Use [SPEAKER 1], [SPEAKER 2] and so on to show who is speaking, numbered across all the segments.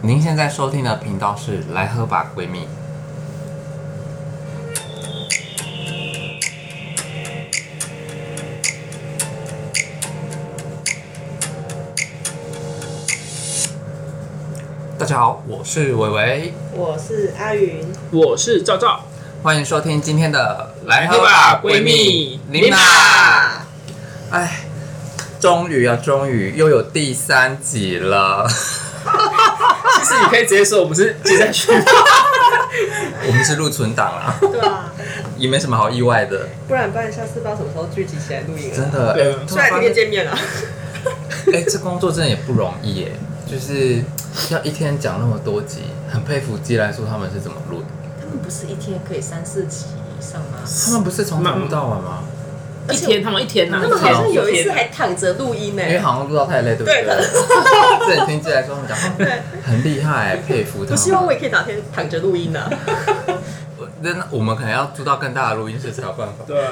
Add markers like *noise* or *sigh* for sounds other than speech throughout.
[SPEAKER 1] 您现在收听的频道是《来喝吧，闺蜜》。大家好，我是伟伟，
[SPEAKER 2] 我是阿云，
[SPEAKER 3] 我是赵赵，
[SPEAKER 1] 欢迎收听今天的《来
[SPEAKER 3] 喝
[SPEAKER 1] 喝吧，
[SPEAKER 3] 吧
[SPEAKER 1] 闺蜜
[SPEAKER 3] 闺蜜》。
[SPEAKER 1] 琳娜，哎，终于啊，终于又有第三集了。 *laughs*
[SPEAKER 3] 其实你可以直接说我们是接下去。
[SPEAKER 1] 我们是录存档啊，
[SPEAKER 2] 对啊，
[SPEAKER 1] 也没什么好意外的，
[SPEAKER 2] 不然不然下次不知道什么时候聚集起来录影
[SPEAKER 1] 真
[SPEAKER 2] 了。
[SPEAKER 1] 的。
[SPEAKER 3] 对
[SPEAKER 1] 哎
[SPEAKER 2] 虽然今天见面啊了，
[SPEAKER 1] *laughs* 哎、这工作真的也不容易耶，就是要一天讲那么多集，很佩服基来说他们是怎么录的。
[SPEAKER 4] 他们不是一天可以三四集以上吗？
[SPEAKER 1] 他们不是从头录到晚吗？
[SPEAKER 3] 一天，他们一天呐、
[SPEAKER 4] 他
[SPEAKER 3] 一
[SPEAKER 4] 们好
[SPEAKER 3] 天
[SPEAKER 4] 像有一次还躺着录音呢、
[SPEAKER 1] 因为好像录到太累，对不对？
[SPEAKER 2] 对的
[SPEAKER 1] *laughs* 这你听基来说他们讲，哦很厉害，佩服他
[SPEAKER 2] 我希望我
[SPEAKER 1] 们。
[SPEAKER 2] 也可以哪天躺着录音啊呢。
[SPEAKER 1] 那那我们可能要租到更大的录音室才有办法。
[SPEAKER 3] 对啊，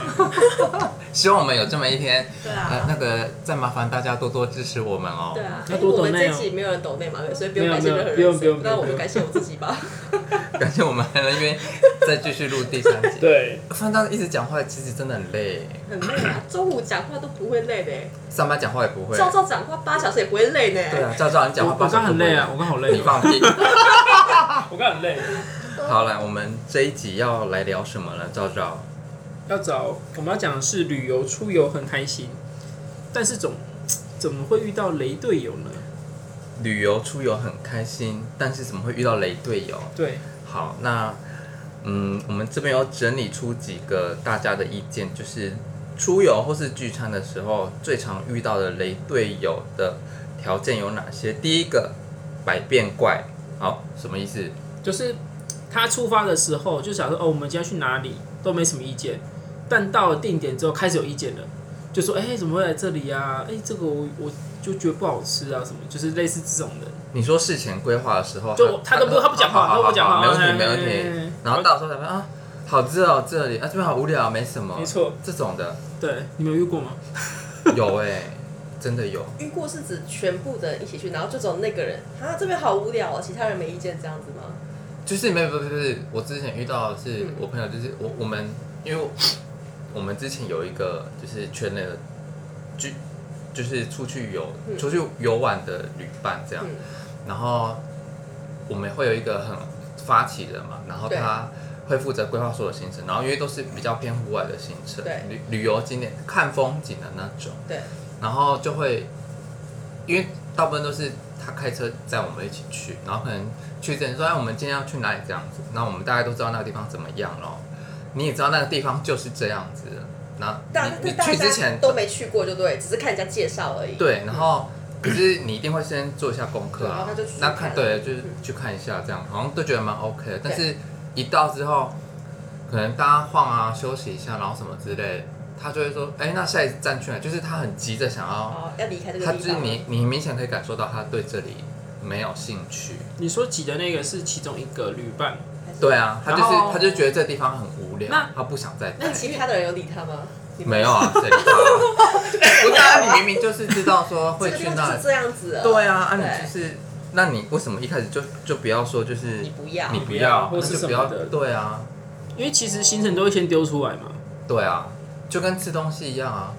[SPEAKER 1] 希望我们有这么一天，
[SPEAKER 2] 对啊
[SPEAKER 1] 呃，，那个再麻烦大家多多支持我们哦。
[SPEAKER 2] 对啊。
[SPEAKER 3] 哎要
[SPEAKER 2] 哎
[SPEAKER 3] 多
[SPEAKER 2] 我们
[SPEAKER 3] 抖内
[SPEAKER 2] 这
[SPEAKER 3] 哦
[SPEAKER 2] 期没有人抖内嘛，所以不
[SPEAKER 3] 没
[SPEAKER 2] 用
[SPEAKER 3] 有
[SPEAKER 2] 感谢任
[SPEAKER 3] 没有
[SPEAKER 2] 何人，
[SPEAKER 3] 不用不用不
[SPEAKER 2] 那
[SPEAKER 3] 用
[SPEAKER 2] 我就感谢我自己
[SPEAKER 3] *laughs*
[SPEAKER 2] 吧。
[SPEAKER 1] 感谢我们还能愿意再继续录第三集。
[SPEAKER 3] 对，
[SPEAKER 1] 翻到一直讲话，其实真的很累。
[SPEAKER 2] 很累啊，中午讲话都不会累的，
[SPEAKER 1] 上班讲话也不会。
[SPEAKER 2] 照照讲话八小时也不会累
[SPEAKER 1] 对
[SPEAKER 2] 呢。
[SPEAKER 1] 啊，照照你讲
[SPEAKER 3] 我
[SPEAKER 1] 话
[SPEAKER 3] 我
[SPEAKER 1] 八
[SPEAKER 3] 刚
[SPEAKER 1] 小
[SPEAKER 3] 刚
[SPEAKER 1] 时
[SPEAKER 3] 很
[SPEAKER 1] 不会
[SPEAKER 3] 累啊，，我刚好累
[SPEAKER 1] 你
[SPEAKER 3] 哦，
[SPEAKER 1] 放屁。
[SPEAKER 3] 我刚很累，
[SPEAKER 1] *laughs* 好了，我们这一集要来聊什么了？照照，
[SPEAKER 3] 要找我们要讲的是旅游出游很开心，但是总怎么会遇到雷队友呢？
[SPEAKER 1] 旅游出游很开心，但是怎么会遇到雷队友？
[SPEAKER 3] 对，
[SPEAKER 1] 好，那嗯，我们这边有整理出几个大家的意见，就是出游或是聚餐的时候，最常遇到的雷队友的条件有哪些？第一个，百变怪。好，什么意思？
[SPEAKER 3] 就是他出发的时候就想说哦，我们今天去哪里都没什么意见，但到了定点之后开始有意见了，就说哎、怎么会来这里啊？哎、这个我我就觉得不好吃啊，什么就是类似这种人。
[SPEAKER 1] 你说事前规划的时候，
[SPEAKER 3] 就他都不他不讲话，
[SPEAKER 1] 呃好好
[SPEAKER 3] 他
[SPEAKER 1] 好
[SPEAKER 3] 不讲话，
[SPEAKER 1] 没问
[SPEAKER 3] 哎
[SPEAKER 1] 题没问
[SPEAKER 3] 哎
[SPEAKER 1] 题
[SPEAKER 3] 哎。
[SPEAKER 1] 然后到时候才发现啊，好热哦，这里啊这边好无聊，没什么。
[SPEAKER 3] 没错，
[SPEAKER 1] 这种的
[SPEAKER 3] 对，你们有遇过吗？
[SPEAKER 1] 有哎、 *laughs* 真的有。
[SPEAKER 2] 遇过是指全部的人一起去，然后就只有那个人，啊，这边好无聊哦，其他人没意见这样子吗？
[SPEAKER 1] 就是没有，不是不是，我之前遇到的是
[SPEAKER 2] 嗯
[SPEAKER 1] 我朋友，就是我我们，因为我我们之前有一个就是圈内的聚，就是出去游、
[SPEAKER 2] 嗯
[SPEAKER 1] 出去游玩的旅伴
[SPEAKER 3] 啊
[SPEAKER 1] 这样，
[SPEAKER 2] 嗯
[SPEAKER 1] 然后我们会有一个很发起人嘛，然后
[SPEAKER 2] 对
[SPEAKER 1] 他会负责规划所有行程，然后因为都是比较偏户外的行程
[SPEAKER 2] 对，
[SPEAKER 1] 旅旅游景点看风景的那种，
[SPEAKER 2] 对，
[SPEAKER 1] 然后就会，因为大部分都是他开车载我们一起去，然后可能去之前说，哎，我们今天要去哪里这样子，那我们大概都知道那个地方怎么样咯，你也知道那个地方就是这样子的，然后
[SPEAKER 2] 但
[SPEAKER 1] 你
[SPEAKER 2] 是
[SPEAKER 1] 你
[SPEAKER 2] 大
[SPEAKER 1] 去之
[SPEAKER 2] 家
[SPEAKER 1] 前
[SPEAKER 2] 都没去过，就对，只是看人家介绍而已。
[SPEAKER 1] 对，然后可是你一定会先做一下功课啊
[SPEAKER 2] 对那就去，
[SPEAKER 1] 那看
[SPEAKER 2] 看了
[SPEAKER 1] 对，就是去看一下这样，好像都觉得蛮 OK 的，但是一到之后，可能大家晃啊休息一下，然后什么之类，他就会说，哎，那下一站去哪？就是他很急着想要。
[SPEAKER 2] 哦，要离开这个地
[SPEAKER 1] 他
[SPEAKER 2] 方。
[SPEAKER 1] 就是你，你明显可以感受到他对这里没有兴趣。
[SPEAKER 3] 你说挤的那个是其中一个旅伴，
[SPEAKER 2] 还是
[SPEAKER 1] 对。啊，他就是
[SPEAKER 3] 然后
[SPEAKER 1] 他就觉得这地方很无聊
[SPEAKER 3] 那，
[SPEAKER 1] 他不想再
[SPEAKER 2] 那
[SPEAKER 1] 待。
[SPEAKER 2] 其他的人有理他
[SPEAKER 1] *laughs*
[SPEAKER 2] 吗？你们
[SPEAKER 1] 没有啊，
[SPEAKER 2] *laughs*
[SPEAKER 1] 谁理他啊？ *laughs* 不是啊，你明明就是知道说会
[SPEAKER 2] 这个地
[SPEAKER 1] 去
[SPEAKER 2] 方
[SPEAKER 1] 那
[SPEAKER 2] 就是
[SPEAKER 1] 里。
[SPEAKER 2] 这样子。，
[SPEAKER 1] 对啊，啊你
[SPEAKER 2] 对
[SPEAKER 1] 就是，那你为什么一开始就就不要说就是
[SPEAKER 2] 你不要
[SPEAKER 1] 你不要，
[SPEAKER 3] 或
[SPEAKER 1] 那
[SPEAKER 3] 是
[SPEAKER 1] 就
[SPEAKER 3] 什
[SPEAKER 1] 不
[SPEAKER 3] 么
[SPEAKER 1] 要
[SPEAKER 3] 的
[SPEAKER 1] 对啊
[SPEAKER 3] 因为其实行程都会先丢出来嘛。
[SPEAKER 1] 对啊，就跟吃东西一样啊。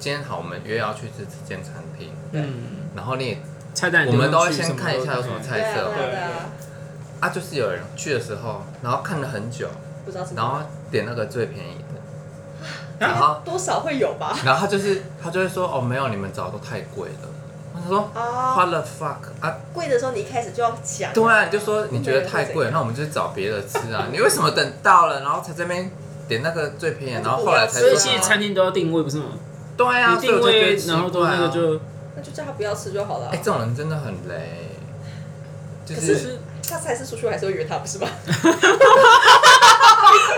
[SPEAKER 1] 今天好，我们约要去吃这间餐厅，
[SPEAKER 3] 嗯，
[SPEAKER 1] 然后你也
[SPEAKER 3] 菜单
[SPEAKER 1] 我
[SPEAKER 3] 也丢
[SPEAKER 1] 们都
[SPEAKER 3] 上
[SPEAKER 1] 会
[SPEAKER 3] 去
[SPEAKER 1] 先看一下有什么
[SPEAKER 3] 都
[SPEAKER 2] 对
[SPEAKER 1] 菜
[SPEAKER 2] 啊，
[SPEAKER 1] 色
[SPEAKER 2] 对啊，对啊，
[SPEAKER 1] 啊，就是有人去的时候，然后看了很久，
[SPEAKER 2] 不知道什么。
[SPEAKER 1] 然后点那个最便宜的，
[SPEAKER 3] 啊
[SPEAKER 1] 然后
[SPEAKER 2] 多少会有吧？
[SPEAKER 1] 然后他就是他就会说哦没有，你们找的都太贵了。我想说
[SPEAKER 2] 啊，
[SPEAKER 1] what the fuck 啊，
[SPEAKER 2] 贵的时候你一开始就要讲。
[SPEAKER 1] 对啊，你就说你觉得太贵，那我们就找别的吃啊。你为什么等到了，然后才这边点那个最便宜，然后后来才说
[SPEAKER 3] 所
[SPEAKER 1] 哦
[SPEAKER 3] 以其实餐厅都要定位不是吗？
[SPEAKER 1] 对啊，
[SPEAKER 3] 你定
[SPEAKER 1] 所以我
[SPEAKER 3] 位
[SPEAKER 1] 就觉得奇怪啊
[SPEAKER 3] 然后都那个就
[SPEAKER 2] 那就叫他不要吃就好了
[SPEAKER 1] 哎，。这种人真的很雷，就
[SPEAKER 2] 可
[SPEAKER 3] 就是是
[SPEAKER 2] 下次还是出去我还是会约他，不
[SPEAKER 1] *laughs*
[SPEAKER 2] 是吗？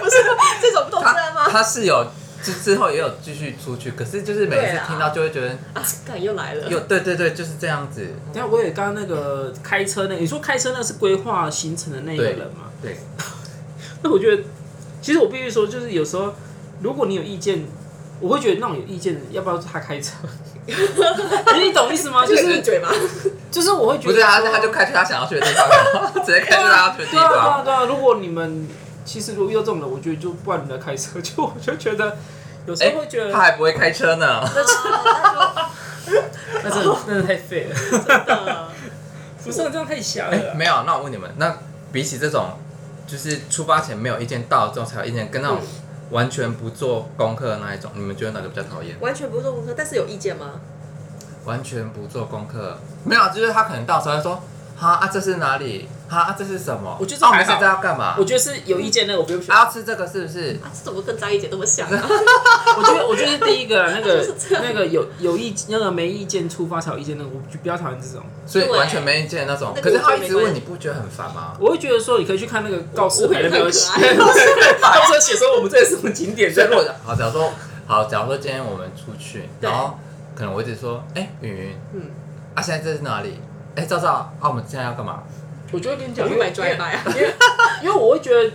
[SPEAKER 2] 不是这种不都这样
[SPEAKER 1] 他
[SPEAKER 2] 吗？
[SPEAKER 1] 他是有之之后也有继续出去，可是就是每次
[SPEAKER 2] 对啊
[SPEAKER 1] 听到就会觉得
[SPEAKER 2] 啊，干又来了。
[SPEAKER 1] 有对对对就是这样子，
[SPEAKER 3] 等一下我也刚刚那个开车那个，你说开车那是规划行程的那一个
[SPEAKER 1] 对
[SPEAKER 3] 人嘛？
[SPEAKER 1] 对
[SPEAKER 3] 那我觉得，其实我必
[SPEAKER 1] *laughs*
[SPEAKER 3] 须说，就是有时候如果你有意见，我会觉得那种有意见的，要不要他开车？你懂意思吗？就
[SPEAKER 2] 这个
[SPEAKER 3] 是
[SPEAKER 2] 嘴吗？
[SPEAKER 3] 就是我会觉
[SPEAKER 1] 不
[SPEAKER 3] 得
[SPEAKER 1] 是啊，
[SPEAKER 3] 说
[SPEAKER 1] 他就开去他想要去的地方，然后 *laughs* 直接开去他要去的地
[SPEAKER 3] 对啊对
[SPEAKER 1] 方。
[SPEAKER 3] 啊对啊！如果你们其实如果遇到这种人，我觉得就不然你来开车，就我就觉得有时
[SPEAKER 1] 哎
[SPEAKER 3] 候会觉得、
[SPEAKER 1] 他还不会开车呢， *laughs*
[SPEAKER 3] 那真的真的太废
[SPEAKER 1] 哎
[SPEAKER 3] 了，
[SPEAKER 2] 呃
[SPEAKER 3] 不是啊这样太瞎了啊。
[SPEAKER 1] 没有。那我问你们，那比起这种就是出发前没有意见，到了之后才有意见，跟那种完全不做功课的那一种，你们觉得哪个比较讨厌？
[SPEAKER 2] 完全不做功课，但是有意见吗？
[SPEAKER 1] 完全不做功课，没有，啊就是他可能到时候会说，哈啊，这是哪里？哈啊，这是什么？
[SPEAKER 3] 我觉得这
[SPEAKER 1] 啊我们
[SPEAKER 3] 还好
[SPEAKER 1] 现在要干嘛
[SPEAKER 3] 我？觉得是有意见那个我不用选，
[SPEAKER 1] 啊，要吃这个是不是？
[SPEAKER 2] 啊，这怎么跟张怡姐那么像啊？ *laughs*
[SPEAKER 3] 我觉得我觉得是第一个啊那
[SPEAKER 2] 就
[SPEAKER 3] 个
[SPEAKER 2] 是这样
[SPEAKER 3] 那个有有意那个没意见出发才有意见那个，我就比较讨厌这种。
[SPEAKER 1] 所以
[SPEAKER 2] 对
[SPEAKER 1] 完全没意见的那种。
[SPEAKER 2] 那
[SPEAKER 1] 可
[SPEAKER 2] 个
[SPEAKER 1] 是他
[SPEAKER 2] 我觉得
[SPEAKER 1] 一直
[SPEAKER 2] 没关
[SPEAKER 1] 问，
[SPEAKER 2] 系
[SPEAKER 1] 你不觉得很烦吗？
[SPEAKER 3] 我会觉得说你可以去看那个告示
[SPEAKER 2] 我
[SPEAKER 3] 牌
[SPEAKER 2] 会
[SPEAKER 3] 那边有写，
[SPEAKER 2] 很可爱 *laughs*
[SPEAKER 3] 告示牌写说我们这里是什么景点，
[SPEAKER 1] 所以
[SPEAKER 3] 在
[SPEAKER 1] 如
[SPEAKER 3] 落
[SPEAKER 1] 果好，假如说好，假如说今天我们出去，
[SPEAKER 2] 对
[SPEAKER 1] 然后可能我一直说，哎、云云，
[SPEAKER 2] 嗯，
[SPEAKER 1] 啊，现在这是哪里？哎、赵赵，啊，我们现在要干嘛？
[SPEAKER 3] 我就会跟你讲，
[SPEAKER 2] 我
[SPEAKER 3] 因
[SPEAKER 2] 去买
[SPEAKER 3] 为
[SPEAKER 2] dry 啊。
[SPEAKER 3] 因为因为我会觉得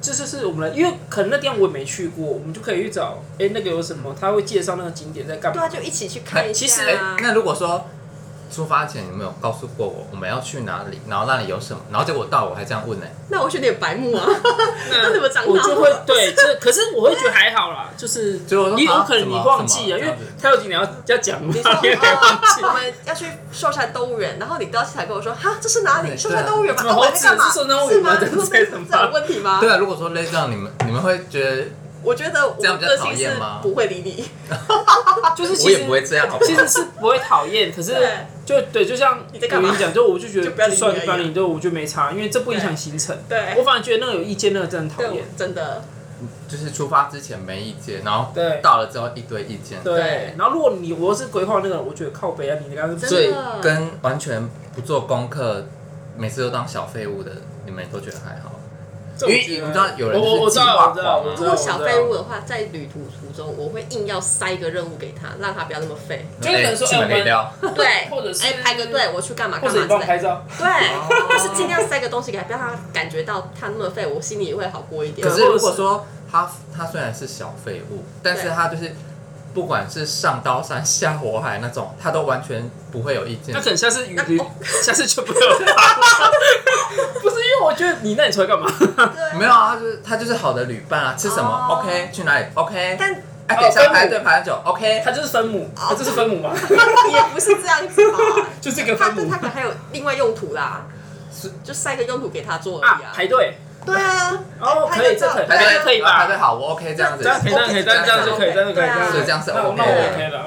[SPEAKER 3] 这就是我们来，因为可能那地方我也没去过，我们就可以去找，哎、那个有什么？他会介绍那个景点在
[SPEAKER 2] *laughs*
[SPEAKER 3] 干
[SPEAKER 2] 对
[SPEAKER 3] 嘛
[SPEAKER 2] 啊，？就一起去看一下。啊
[SPEAKER 3] 其实
[SPEAKER 1] 哎、那如果说出发前你们有告诉过我我们要去哪里，然后那里有什么，然后结果到我还这样问呢、
[SPEAKER 2] *laughs* 那我有点白目啊，
[SPEAKER 3] 那
[SPEAKER 2] 怎么长大
[SPEAKER 3] 我就会对这，可是我会觉得还好啦，就是
[SPEAKER 1] 结果说
[SPEAKER 3] 你有
[SPEAKER 1] 啊
[SPEAKER 3] 可能
[SPEAKER 1] 什
[SPEAKER 3] 你
[SPEAKER 1] 么
[SPEAKER 3] 忘记了，
[SPEAKER 1] 什么这
[SPEAKER 3] 因为
[SPEAKER 1] 样
[SPEAKER 3] 他有景点要要讲嘛，
[SPEAKER 2] 你说哦
[SPEAKER 3] 你也忘
[SPEAKER 2] *laughs*
[SPEAKER 3] 记。
[SPEAKER 2] 我们要去寿山动物园，然后你到现场跟我说，哈，这是哪
[SPEAKER 1] 对
[SPEAKER 2] 里？寿山动物园吗？
[SPEAKER 3] 对啊
[SPEAKER 2] 哦我在干嘛？
[SPEAKER 3] 猴子是寿山动物园
[SPEAKER 2] 是 *laughs*
[SPEAKER 3] 吗
[SPEAKER 2] 吗？
[SPEAKER 3] 这
[SPEAKER 2] 这
[SPEAKER 3] 是什么
[SPEAKER 2] 这有问题吗？
[SPEAKER 1] 对啊，如果说类似这样，你们你们会觉得
[SPEAKER 2] 我觉得我
[SPEAKER 1] 这样比较
[SPEAKER 2] 个
[SPEAKER 1] 讨
[SPEAKER 2] 性
[SPEAKER 1] 厌
[SPEAKER 2] 是
[SPEAKER 1] 吗
[SPEAKER 2] 不会理你。
[SPEAKER 3] 就是
[SPEAKER 1] 我
[SPEAKER 3] 其
[SPEAKER 1] 也
[SPEAKER 3] 实
[SPEAKER 1] 不会这样，好不好
[SPEAKER 3] 其实是不会讨厌，可是
[SPEAKER 2] 对
[SPEAKER 3] 就对，就像
[SPEAKER 2] 你在干嘛
[SPEAKER 3] 我跟你讲，就我就觉得
[SPEAKER 2] 就不要理你
[SPEAKER 3] 算
[SPEAKER 2] 而已啊
[SPEAKER 3] 管理，对，我觉得没差，因为这不影响行程。
[SPEAKER 2] 对
[SPEAKER 3] 我反而觉得那个有意见，那个真的讨
[SPEAKER 2] 对，我
[SPEAKER 3] 厌。
[SPEAKER 2] 真的
[SPEAKER 1] 就是出发之前没意见，然后
[SPEAKER 3] 对
[SPEAKER 1] 到了之后一堆意见，
[SPEAKER 3] 对，然后如果你我是规划那个，我觉得靠北啊，你刚刚
[SPEAKER 2] 真的
[SPEAKER 1] 所以跟完全不做功课，每次都当小废物的，你们都觉得还好。
[SPEAKER 3] 这
[SPEAKER 1] 因
[SPEAKER 3] 我
[SPEAKER 1] 为
[SPEAKER 3] 觉得
[SPEAKER 1] 你知道有人
[SPEAKER 3] 我我
[SPEAKER 1] 是
[SPEAKER 3] 我知
[SPEAKER 1] 计划
[SPEAKER 3] 道，我知道，
[SPEAKER 1] 狂啊
[SPEAKER 3] 我
[SPEAKER 2] 如果
[SPEAKER 3] 知道。我知道
[SPEAKER 2] 小废物的话，在旅途途中，我会硬要塞一个任务给他，让他不要那么废。
[SPEAKER 3] 就是可能说
[SPEAKER 1] 哎去买
[SPEAKER 3] 哎我
[SPEAKER 1] 饮
[SPEAKER 3] 们
[SPEAKER 1] 料，
[SPEAKER 2] 对，
[SPEAKER 3] 或者是
[SPEAKER 2] 哎排个队，我去干嘛
[SPEAKER 3] 或
[SPEAKER 2] 干
[SPEAKER 3] 者
[SPEAKER 2] 嘛
[SPEAKER 3] 你帮我
[SPEAKER 2] 之类
[SPEAKER 3] 拍。照，哦
[SPEAKER 1] *laughs*
[SPEAKER 2] 对，但是尽量塞个东西给他，不要让他感觉到他那么废，我心里也会好过一点
[SPEAKER 1] 可。是
[SPEAKER 3] 或者
[SPEAKER 1] 如果
[SPEAKER 3] 是
[SPEAKER 1] 说他他虽然是小废物，但是
[SPEAKER 2] 对
[SPEAKER 1] 他就是不管是上刀山 *laughs* 下火海那种，他都完全不会有意见
[SPEAKER 3] 那。可能下次雨
[SPEAKER 2] 那
[SPEAKER 3] 雨
[SPEAKER 2] 哦，
[SPEAKER 3] *laughs* 下次就不要拍。不是因为我觉得你那你出来干嘛？
[SPEAKER 2] 对
[SPEAKER 1] 没有啊，他就是他就是好的旅伴啊，吃什么、
[SPEAKER 2] 哦
[SPEAKER 1] OK，去哪里 OK，
[SPEAKER 2] 但 *laughs*
[SPEAKER 1] 哎等一
[SPEAKER 3] 哦
[SPEAKER 1] 下
[SPEAKER 3] 跟
[SPEAKER 1] 排
[SPEAKER 3] 我
[SPEAKER 1] 队排很久 OK，
[SPEAKER 3] 他就是分母，他就是分母嘛，
[SPEAKER 2] 也不是这样子
[SPEAKER 3] *laughs*
[SPEAKER 2] 吧？
[SPEAKER 3] 就是一个
[SPEAKER 2] 他
[SPEAKER 3] 分
[SPEAKER 2] 但哦
[SPEAKER 3] 母
[SPEAKER 2] 他可能还有另外用途啦
[SPEAKER 1] 是，
[SPEAKER 2] 就塞个用途给他做而
[SPEAKER 3] 啊
[SPEAKER 2] 已，
[SPEAKER 3] 排
[SPEAKER 2] 啊。
[SPEAKER 3] 队
[SPEAKER 2] 对啊，
[SPEAKER 3] 哦，
[SPEAKER 2] 拍
[SPEAKER 3] 可以，
[SPEAKER 2] 个
[SPEAKER 3] 这
[SPEAKER 2] 照
[SPEAKER 3] 可以，
[SPEAKER 1] 排
[SPEAKER 3] 排队
[SPEAKER 1] 队
[SPEAKER 3] 可以
[SPEAKER 1] 啊排
[SPEAKER 3] 吧？
[SPEAKER 1] 队好，我 OK 这样子，
[SPEAKER 3] 这样可以，这样可以，这样这样就可以，这样就可以，
[SPEAKER 2] 对啊
[SPEAKER 3] 这
[SPEAKER 1] 所以这样是
[SPEAKER 3] 那我
[SPEAKER 1] OK
[SPEAKER 3] 那我 OK
[SPEAKER 1] 的。
[SPEAKER 3] 了
[SPEAKER 2] 对
[SPEAKER 3] ，OK 了。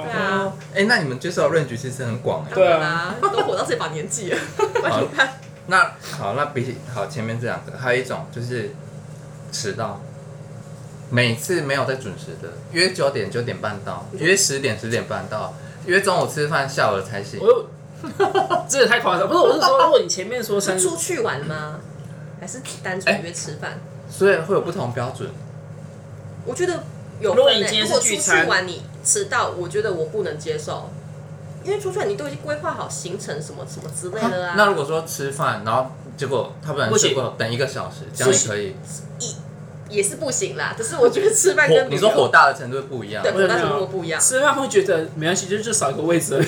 [SPEAKER 2] 啊，
[SPEAKER 1] 哎、那你们接受的 range 其实很广哎、
[SPEAKER 3] 对啊
[SPEAKER 2] 当然啦，都活到这把年纪了，那怎么办？
[SPEAKER 1] 那好，那比起好前面这两个，还有一种就是迟到，每次没有在准时的，约九点九点半到，约十点十点半到，约中午吃饭下午的才醒
[SPEAKER 3] 我。又这也太夸张，不是我是说，如果你前面说 *laughs* 三
[SPEAKER 2] 是
[SPEAKER 3] 十
[SPEAKER 2] 出去玩吗？还是单
[SPEAKER 1] 哎
[SPEAKER 2] 纯约吃饭？
[SPEAKER 1] 所以会有不同标准。
[SPEAKER 2] 我觉得有
[SPEAKER 3] 哎如
[SPEAKER 2] 分
[SPEAKER 3] 果你
[SPEAKER 2] 欸
[SPEAKER 3] 今天
[SPEAKER 2] 如
[SPEAKER 3] 是
[SPEAKER 2] 果
[SPEAKER 3] 聚
[SPEAKER 2] 出
[SPEAKER 3] 餐
[SPEAKER 2] 去玩你迟到，我觉得我不能接受，因为出去玩你都已经规划好行程什么什么之类的啊。
[SPEAKER 1] 那如果说吃饭，然后结果他不能
[SPEAKER 3] 不行
[SPEAKER 1] 吃过，等一个小时，这样也可以。
[SPEAKER 2] 也是不行啦，只是我觉得吃饭
[SPEAKER 1] 火
[SPEAKER 2] 跟，
[SPEAKER 1] 你说
[SPEAKER 2] 旅游
[SPEAKER 1] 火大的程度不一样
[SPEAKER 2] 对，。
[SPEAKER 3] 我也
[SPEAKER 2] 火
[SPEAKER 3] 没有
[SPEAKER 2] 大程度不一样。
[SPEAKER 3] 吃饭会觉得没关系，就就少一个位置而已。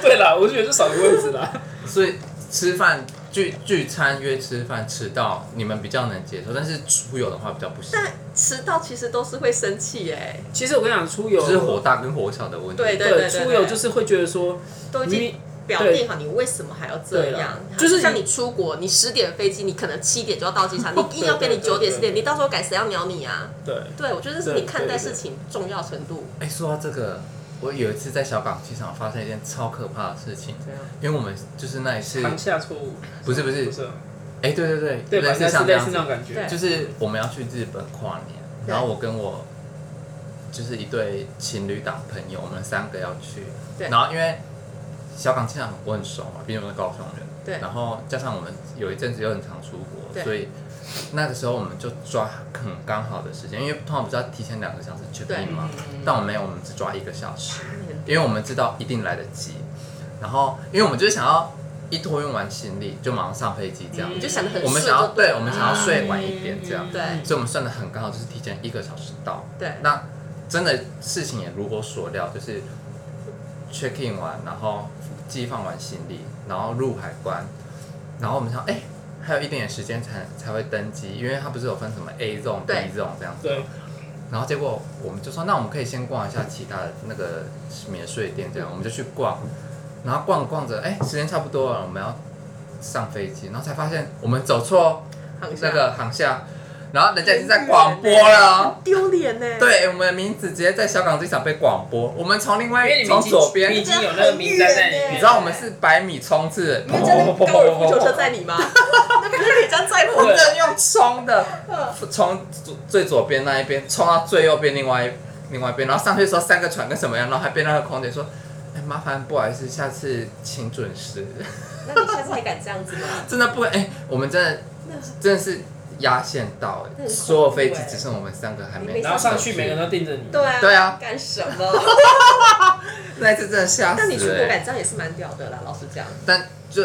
[SPEAKER 3] 对啦，我觉得就少一个位置啦。
[SPEAKER 1] 所以吃饭聚聚餐约吃饭迟到，你们比较能接受，但是出游的话比较不行。
[SPEAKER 2] 但迟到其实都是会生气哎，
[SPEAKER 3] 其实我跟你讲，出游
[SPEAKER 1] 就是火大跟火小的问题。
[SPEAKER 2] 对
[SPEAKER 3] 对
[SPEAKER 2] 对
[SPEAKER 3] 出游就是会觉得说，
[SPEAKER 2] 都已经
[SPEAKER 3] 你
[SPEAKER 2] 表定好，你为什么还要这
[SPEAKER 3] 对啦
[SPEAKER 2] 样？
[SPEAKER 3] 就是
[SPEAKER 2] 像
[SPEAKER 3] 你
[SPEAKER 2] 你出国，你十点飞机，你可能七点就要到机场，你硬要给
[SPEAKER 3] 对对
[SPEAKER 2] 你
[SPEAKER 3] 对
[SPEAKER 2] 九点
[SPEAKER 3] 对
[SPEAKER 2] 十点，你到时候改谁要鸟你啊？
[SPEAKER 3] 对
[SPEAKER 2] 对，我觉得这是
[SPEAKER 3] 对
[SPEAKER 2] 你看待
[SPEAKER 3] 对对
[SPEAKER 2] 事情重要程度。
[SPEAKER 1] 哎、说到这个，我有一次在小港机场发生一件超可怕的事情，
[SPEAKER 3] 这样
[SPEAKER 1] 因为我们就是那一次，
[SPEAKER 3] 当下错误，
[SPEAKER 1] 不是不是
[SPEAKER 3] 不，是，
[SPEAKER 1] 哎、对对对，
[SPEAKER 3] 对吧？
[SPEAKER 1] 类
[SPEAKER 3] 应该
[SPEAKER 1] 似
[SPEAKER 3] 是
[SPEAKER 1] 像这
[SPEAKER 3] 类
[SPEAKER 1] 样
[SPEAKER 3] 似那
[SPEAKER 1] 子，
[SPEAKER 3] 种感觉
[SPEAKER 2] 对。
[SPEAKER 1] 就是我们要去日本跨年，
[SPEAKER 2] 对
[SPEAKER 1] 然后我跟我就是一对情侣档朋友，我们三个要去，
[SPEAKER 2] 对
[SPEAKER 1] 然后因为小港机场我很熟嘛，毕竟我是高雄人，
[SPEAKER 2] 对
[SPEAKER 1] 然后加上我们有一阵子又很常出国，
[SPEAKER 2] 对
[SPEAKER 1] 所以。那个时候我们就抓很刚好的时间，因为通常不是要提前两个小时 check
[SPEAKER 2] 对
[SPEAKER 1] in 嘛，
[SPEAKER 3] 嗯
[SPEAKER 1] 但我们没有，我们只抓一个小时。因为我们知道一定来得及，然后因为我们就是想要一托运完行李就马上上飞机这样，
[SPEAKER 2] 你就想的很
[SPEAKER 1] 我们
[SPEAKER 2] 顺
[SPEAKER 1] 想要
[SPEAKER 2] 就
[SPEAKER 1] 对
[SPEAKER 2] 了
[SPEAKER 1] 我们想要睡晚一
[SPEAKER 2] 嗯
[SPEAKER 1] 点这样，
[SPEAKER 2] 对
[SPEAKER 1] 所以我们算的很刚好，就是提前一个小时到。
[SPEAKER 2] 对
[SPEAKER 1] 那真的事情也如我所料，就是 check in 完，然后寄放完行李，然后入海关，然后我们想，哎、还有一点点时间才才会登机，因为它不是有分什么 A zone、B
[SPEAKER 2] 对
[SPEAKER 1] zone 这样子。
[SPEAKER 3] 对，
[SPEAKER 1] 然后结果我们就说，那我们可以先逛一下其他的那个免税店，这样我们就去逛，然后逛逛着，哎，时间差不多了，我们要上飞机，然后才发现我们走错哦
[SPEAKER 2] 航
[SPEAKER 1] 那
[SPEAKER 2] 向
[SPEAKER 1] 个航向，然后人家已经在广播了哦。
[SPEAKER 2] 丢脸呢。，
[SPEAKER 1] 对，我们的名字直接在香港机场被广播，我们从另
[SPEAKER 3] 因
[SPEAKER 1] 外
[SPEAKER 3] 为你们
[SPEAKER 1] 从
[SPEAKER 3] 已经
[SPEAKER 1] 左
[SPEAKER 3] 你已
[SPEAKER 1] 边，
[SPEAKER 3] 经有那个名单在里
[SPEAKER 2] 你
[SPEAKER 1] 你
[SPEAKER 3] 面
[SPEAKER 1] 知，道我们是百米冲刺，
[SPEAKER 2] 你们真的高尔夫球车载你吗？那边可以这样载
[SPEAKER 1] 我
[SPEAKER 2] 我
[SPEAKER 1] 真。的用冲的，从左最左边那一边冲到最右边另外一另外一边，然后上去说三个船跟什么样，然后还被那个空姐说，哎、麻烦不好意思，下次请准时。
[SPEAKER 2] 那你下次还敢这样子吗？
[SPEAKER 1] 真的不哎、我们真的
[SPEAKER 2] 那很
[SPEAKER 1] 真的是压线到、
[SPEAKER 2] 那
[SPEAKER 1] 哎，
[SPEAKER 2] 很恐怖
[SPEAKER 1] 所有飞机
[SPEAKER 2] 哎
[SPEAKER 1] 只剩我们三个还
[SPEAKER 2] 你
[SPEAKER 1] 没
[SPEAKER 2] 被
[SPEAKER 3] 然后上去每个人都盯着你，
[SPEAKER 2] 对啊，
[SPEAKER 1] 对啊
[SPEAKER 2] 干什么？
[SPEAKER 1] 那一次真的吓死、
[SPEAKER 2] 但你出
[SPEAKER 1] 哎
[SPEAKER 2] 国敢这样也是蛮屌的啦，老实讲。
[SPEAKER 1] 但就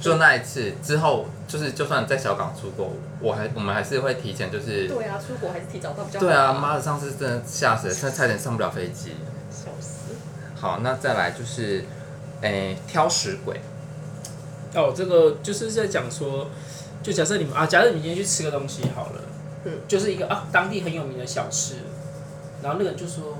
[SPEAKER 1] 就那一次之后，就是就算在小港出国，我还我们还是会提前就是
[SPEAKER 2] 对啊，出国还是提早到比较好。
[SPEAKER 1] 对啊，妈的，上次真的吓死了，差差点上不了飞机。
[SPEAKER 2] 笑死！
[SPEAKER 1] 好，那再来就是，诶、挑食鬼，
[SPEAKER 3] 哦，这个就是在讲说，就假设你们啊，假设你们今天去吃个东西好了，
[SPEAKER 2] 嗯
[SPEAKER 3] 就是一个啊当地很有名的小吃，然后那个人就说，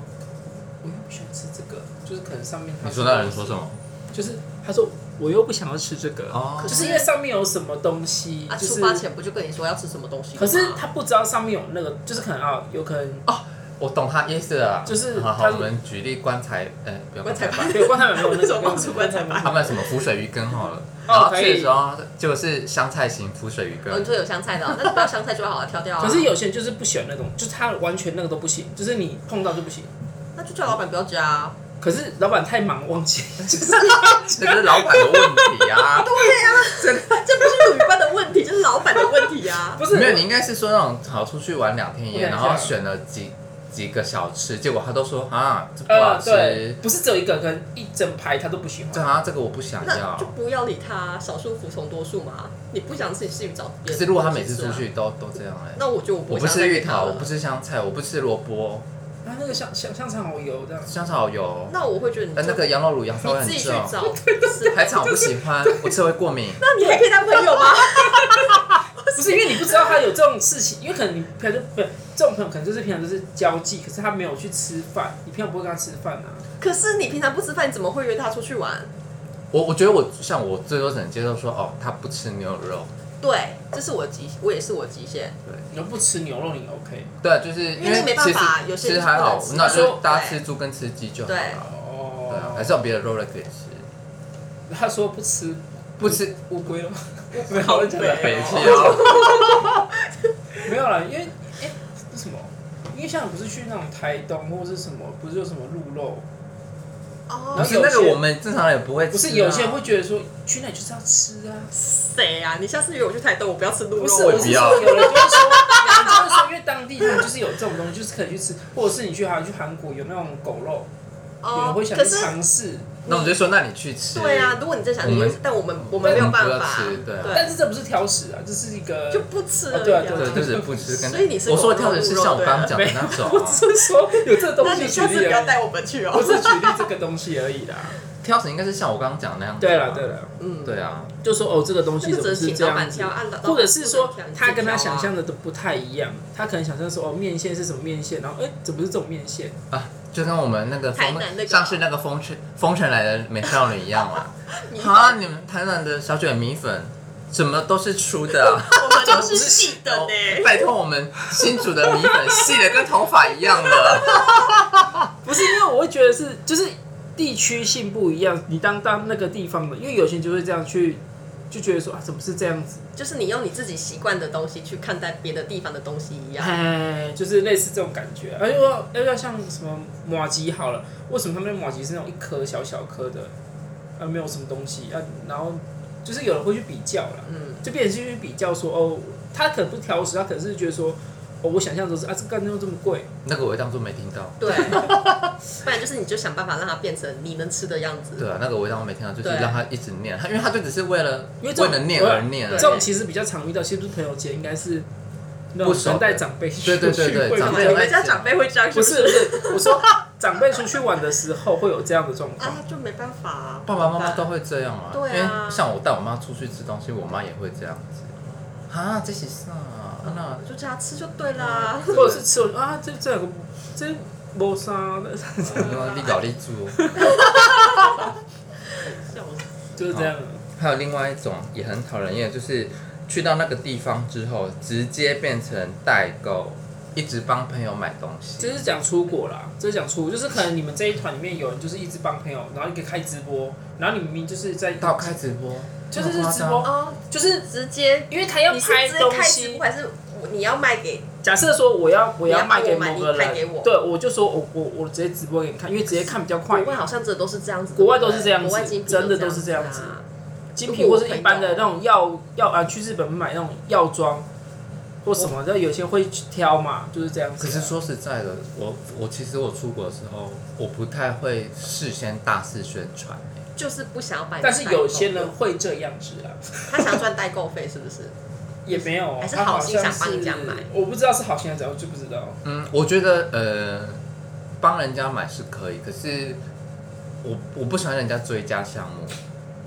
[SPEAKER 3] 我又不喜欢吃这个，就是可能上面他
[SPEAKER 1] 你说那人说什么？
[SPEAKER 3] 就是他说我又不想要吃这个，
[SPEAKER 1] 哦
[SPEAKER 3] 就是因为上面有什么东西，
[SPEAKER 2] 啊，
[SPEAKER 3] 就
[SPEAKER 2] 出
[SPEAKER 3] 是
[SPEAKER 2] 发前不就跟你说要吃什么东西吗？
[SPEAKER 3] 可是他不知道上面有那个，就是可能啊，有可能
[SPEAKER 1] 我懂他意思了啊，
[SPEAKER 3] 就是
[SPEAKER 1] 好好，
[SPEAKER 3] 他
[SPEAKER 1] 我们举例棺材，呃，不要
[SPEAKER 2] 棺材板
[SPEAKER 1] 板，
[SPEAKER 3] 对，棺材板没有那
[SPEAKER 2] 为什
[SPEAKER 3] 种
[SPEAKER 2] 么
[SPEAKER 3] 东
[SPEAKER 2] 放 *laughs*
[SPEAKER 3] 西
[SPEAKER 2] 出棺材板
[SPEAKER 1] 他们什么浮水鱼羹好了，然
[SPEAKER 3] 哦
[SPEAKER 1] 后
[SPEAKER 3] 可
[SPEAKER 1] 去的
[SPEAKER 3] 以
[SPEAKER 1] 时。候就是香菜型浮水鱼
[SPEAKER 2] 哦，你
[SPEAKER 1] 羹，
[SPEAKER 2] 说有香菜的哦，那不要香菜就好了，挑掉啊。
[SPEAKER 3] 可是有些人就是不喜欢那种，就是他完全那个都不行，就是你碰到就不行。
[SPEAKER 2] 那就叫老板不要加啊。
[SPEAKER 3] 可是老板太忙忘记，就是 *laughs*
[SPEAKER 1] 这就是老板的问题啊。
[SPEAKER 2] 这不是旅伴的问题，就是老板的问题啊。
[SPEAKER 3] 不是
[SPEAKER 1] 没有，你应该是说那种好出去玩两天一夜，
[SPEAKER 3] 我
[SPEAKER 1] 然
[SPEAKER 3] 想一下
[SPEAKER 1] 后选了几几个小吃，结果他都说啊这不好
[SPEAKER 3] 呃，
[SPEAKER 1] 吃，
[SPEAKER 3] 对，不是只有一个，可能一整排他都不喜
[SPEAKER 1] 这
[SPEAKER 3] 欢。
[SPEAKER 1] 好像这个 *laughs* 我不想
[SPEAKER 2] 那
[SPEAKER 1] 要
[SPEAKER 2] 就。不要理他，少数服从多数嘛。你不想吃，你自己找
[SPEAKER 1] 可
[SPEAKER 2] 别人。啊
[SPEAKER 1] 是如果他每次出，去都都这样哎、
[SPEAKER 2] 那我就不
[SPEAKER 1] 我不
[SPEAKER 2] 会想
[SPEAKER 1] 吃
[SPEAKER 2] 再
[SPEAKER 1] 芋
[SPEAKER 2] 给他
[SPEAKER 1] 头，
[SPEAKER 2] 了
[SPEAKER 1] 我不。吃香菜，我不吃萝卜，
[SPEAKER 3] 啊，那个香香香肠好油这样。
[SPEAKER 1] 香草油，
[SPEAKER 2] 那我会觉得你
[SPEAKER 1] 呃那个羊肉卤羊骚味
[SPEAKER 2] 你
[SPEAKER 1] 很哦
[SPEAKER 2] 自己去
[SPEAKER 1] 重，
[SPEAKER 2] 找
[SPEAKER 1] *laughs*
[SPEAKER 2] 吃。
[SPEAKER 1] 海草我不喜欢， *laughs* 我吃会过敏。
[SPEAKER 2] 那你还可以当朋友吗？ *laughs*
[SPEAKER 3] 不是因为你不知道他有这种事情，因为可能你平常就不这种朋友可能就是平常就是交际，可是他没有去吃饭，你平常不会跟他吃饭啊。
[SPEAKER 2] 可是你平常不吃饭，你怎么会约他出去玩？
[SPEAKER 1] 我我觉得我像我最多只能接受说哦，他不吃牛肉，
[SPEAKER 2] 对，这是我极，我也是我极限。
[SPEAKER 3] 你又不吃牛肉，你 OK？
[SPEAKER 1] 对，就是
[SPEAKER 2] 因为没办
[SPEAKER 1] 其实
[SPEAKER 2] 法有些
[SPEAKER 1] 其实
[SPEAKER 2] 人
[SPEAKER 1] 还
[SPEAKER 2] 不能
[SPEAKER 1] 好，
[SPEAKER 2] 吃
[SPEAKER 1] 那就
[SPEAKER 2] 对
[SPEAKER 1] 大家吃猪跟吃鸡就好
[SPEAKER 2] 对
[SPEAKER 1] 了，对啊，还
[SPEAKER 3] 哦，
[SPEAKER 1] 是有别的肉类可以吃，
[SPEAKER 3] 他说不吃
[SPEAKER 1] 不吃
[SPEAKER 3] 乌龟了吗？
[SPEAKER 2] 我
[SPEAKER 3] 好像
[SPEAKER 2] 啊
[SPEAKER 3] *laughs* 没有
[SPEAKER 1] 北气哦。
[SPEAKER 2] *laughs*
[SPEAKER 3] 没有啦，因为哎，那什么？因为像不是去那种台东或者是什么，不是有什么鹿肉？
[SPEAKER 1] 不
[SPEAKER 2] 哦，
[SPEAKER 1] 是那个我们正常人也不会吃、啊，
[SPEAKER 3] 不是有些人会觉得说去那里就是要吃啊，
[SPEAKER 2] 谁啊？你下次约我去台东，我不要吃鹿肉。
[SPEAKER 3] 不是，
[SPEAKER 1] 我
[SPEAKER 3] 我
[SPEAKER 1] 也不
[SPEAKER 3] 是
[SPEAKER 1] 要
[SPEAKER 3] 说有人就会说，有人就会说，因为当地他们就是有这种东西，就是可以去吃，或者是你去韩去韩国有那种狗肉，有人
[SPEAKER 2] 哦
[SPEAKER 3] 会，想
[SPEAKER 2] 可
[SPEAKER 3] 去
[SPEAKER 2] 是
[SPEAKER 3] 尝试。
[SPEAKER 1] 那我们就说，那你去吃。
[SPEAKER 2] 对啊，，如果你真想
[SPEAKER 1] 我们
[SPEAKER 2] 约，但我们我们没有办
[SPEAKER 1] 我
[SPEAKER 2] 法
[SPEAKER 1] 们不要吃对啊，
[SPEAKER 3] 但是这不是挑食啊，这是一个
[SPEAKER 2] 就不吃
[SPEAKER 3] 啊
[SPEAKER 2] 了。
[SPEAKER 3] 对啊
[SPEAKER 1] 对，
[SPEAKER 3] 对
[SPEAKER 1] 就是不吃跟。
[SPEAKER 2] 所以你是
[SPEAKER 1] 我说的挑的是像我刚刚讲的那种
[SPEAKER 3] 我
[SPEAKER 1] 啊，
[SPEAKER 3] 只是说哦有这个东
[SPEAKER 2] 那
[SPEAKER 3] 西
[SPEAKER 2] 你
[SPEAKER 3] 举
[SPEAKER 2] 下次
[SPEAKER 3] 例
[SPEAKER 2] 不要
[SPEAKER 3] 而已，
[SPEAKER 2] 带我们去
[SPEAKER 3] 我
[SPEAKER 2] 哦。
[SPEAKER 3] 只是举例这个东西而
[SPEAKER 2] *laughs*
[SPEAKER 3] 已啦。
[SPEAKER 1] 挑食应该是像我刚刚讲的那样子。
[SPEAKER 3] 对了对，了，
[SPEAKER 2] 嗯，
[SPEAKER 1] 对啊，
[SPEAKER 3] 就说哦这个东西
[SPEAKER 2] 那
[SPEAKER 3] 怎
[SPEAKER 2] 个
[SPEAKER 3] 么
[SPEAKER 2] 只是
[SPEAKER 3] 是
[SPEAKER 2] 请
[SPEAKER 3] 这
[SPEAKER 2] 老
[SPEAKER 3] 样
[SPEAKER 2] 板
[SPEAKER 3] 子
[SPEAKER 2] 挑，，按老
[SPEAKER 3] 或者是说他跟他想象
[SPEAKER 2] 的，
[SPEAKER 3] 的都不太一样，他可能想象说哦面线是什么面线，然后哎怎么是这种面线？
[SPEAKER 1] 啊，就跟我们那个
[SPEAKER 2] 台
[SPEAKER 1] 风
[SPEAKER 2] 南那个
[SPEAKER 1] 上次那个风城风城来的美少女一样
[SPEAKER 2] *laughs*
[SPEAKER 1] 啦。
[SPEAKER 2] 你
[SPEAKER 1] 啊，你们台南的小卷米粉怎么都是粗
[SPEAKER 2] *laughs*
[SPEAKER 1] 的、啊？哦
[SPEAKER 2] 我们都是细的呢。
[SPEAKER 1] 拜托我们新煮的米粉细的跟头发一样
[SPEAKER 2] *laughs*
[SPEAKER 1] 了。
[SPEAKER 3] 不是因为我会觉得是就是地区性不一样，你当当那个地方的，因为有些人就会这样去就觉得说啊怎么是这样子，
[SPEAKER 2] 就是你用你自己习惯的东西去看待别的地方的东西一
[SPEAKER 3] *laughs*
[SPEAKER 2] 样。
[SPEAKER 3] 哎，就是类似这种感觉。而且要要要像什么马吉好了，为什么他们的马吉是那种一颗小小颗的，啊没有什么东西啊，然后就是有人会去比较啦，
[SPEAKER 2] 嗯，
[SPEAKER 3] 就变成是去比较说哦，他可能不挑食，他可能是觉得说哦我想象中是啊这干肉这么贵，
[SPEAKER 1] 那个我会当做没听到。
[SPEAKER 2] 对。不然就是你就想办法让它变成你能吃的样子。
[SPEAKER 1] 对啊，那个我会当做没听到，就是
[SPEAKER 2] 对
[SPEAKER 1] 让他一直念，他因为他就只是为了
[SPEAKER 3] 因为这
[SPEAKER 1] 为
[SPEAKER 3] 种
[SPEAKER 1] 了念而念而
[SPEAKER 3] 这
[SPEAKER 1] 已。
[SPEAKER 3] 种其实比较常遇到，其实不是朋友间应该是那
[SPEAKER 1] 不
[SPEAKER 3] 种
[SPEAKER 1] 熟
[SPEAKER 3] 能带
[SPEAKER 1] 的
[SPEAKER 3] 长辈出
[SPEAKER 1] 对对对
[SPEAKER 3] 去
[SPEAKER 1] 对
[SPEAKER 3] 会
[SPEAKER 1] 长
[SPEAKER 3] 比
[SPEAKER 1] 辈
[SPEAKER 3] 较
[SPEAKER 2] 人家长辈会这样，
[SPEAKER 3] 不
[SPEAKER 2] 不
[SPEAKER 3] 是不是，我说长辈出去玩的时候会有这样的状况。
[SPEAKER 2] 啊，就没办法啊。
[SPEAKER 1] 爸爸妈妈都会这样啊，
[SPEAKER 2] 对啊
[SPEAKER 1] 因为像我带我妈出去吃东西，我妈也会这样子。啊，这是啥？啊那
[SPEAKER 2] 就叫他吃就对啦。
[SPEAKER 3] 或者是吃完啊，这这两个这没啥的，
[SPEAKER 1] 你搞立
[SPEAKER 3] *laughs*
[SPEAKER 1] 住。
[SPEAKER 2] 笑死
[SPEAKER 3] 就是这样。
[SPEAKER 1] 还有另外一种也很讨人厌，就是去到那个地方之后，直接变成代购，一直帮朋友买东西。
[SPEAKER 3] 这是讲出国啦，这是讲出国，就是可能你们这一团里面有人就是一直帮朋友，然后一个开直播，然后你明明就是在
[SPEAKER 1] 到开直播，
[SPEAKER 3] 就是
[SPEAKER 1] 这么夸
[SPEAKER 3] 直
[SPEAKER 1] 张
[SPEAKER 3] 播，
[SPEAKER 2] 哦，
[SPEAKER 3] 就是
[SPEAKER 2] 直接
[SPEAKER 3] 因为他要
[SPEAKER 2] 你是
[SPEAKER 3] 拍
[SPEAKER 2] 直接
[SPEAKER 3] 东
[SPEAKER 2] 开直
[SPEAKER 3] 西
[SPEAKER 2] 播，还是你要卖给？
[SPEAKER 3] 假设说我要我
[SPEAKER 2] 你
[SPEAKER 3] 要
[SPEAKER 2] 要
[SPEAKER 3] 卖给
[SPEAKER 2] 帮我买
[SPEAKER 3] 某
[SPEAKER 2] 你
[SPEAKER 3] 个
[SPEAKER 2] 卖给
[SPEAKER 3] 人
[SPEAKER 2] 我，
[SPEAKER 3] 对，我就说我我我直接直播给你看，因为直接看比较
[SPEAKER 2] 国
[SPEAKER 3] 快。
[SPEAKER 2] 外好像真的都是这样子，
[SPEAKER 3] 国外都是这样子
[SPEAKER 2] 国外精品
[SPEAKER 3] 真的
[SPEAKER 2] 都
[SPEAKER 3] 都是这样子
[SPEAKER 2] 啊
[SPEAKER 3] 精品或是一般的那种药药啊，去日本买那种药妆或什么，然后有些会去挑嘛，就是这样子。啊
[SPEAKER 1] 可是，说实在的，我我其实我出国的时候，我不太会事先大肆宣传。
[SPEAKER 2] 就是不想要把你代
[SPEAKER 3] 但
[SPEAKER 2] 购。
[SPEAKER 3] 是有些人会这样子啊，
[SPEAKER 2] 他想要赚代购费，是不是？
[SPEAKER 3] 也没有哦，
[SPEAKER 2] 还是
[SPEAKER 3] 他
[SPEAKER 2] 好
[SPEAKER 3] 好
[SPEAKER 2] 心
[SPEAKER 3] 像
[SPEAKER 2] 想帮你这样买
[SPEAKER 3] 是我不知道是好心还是怎样，我就不知道。
[SPEAKER 1] 嗯，我觉得呃，帮人家买是可以，可是我我不喜欢人家追加项目。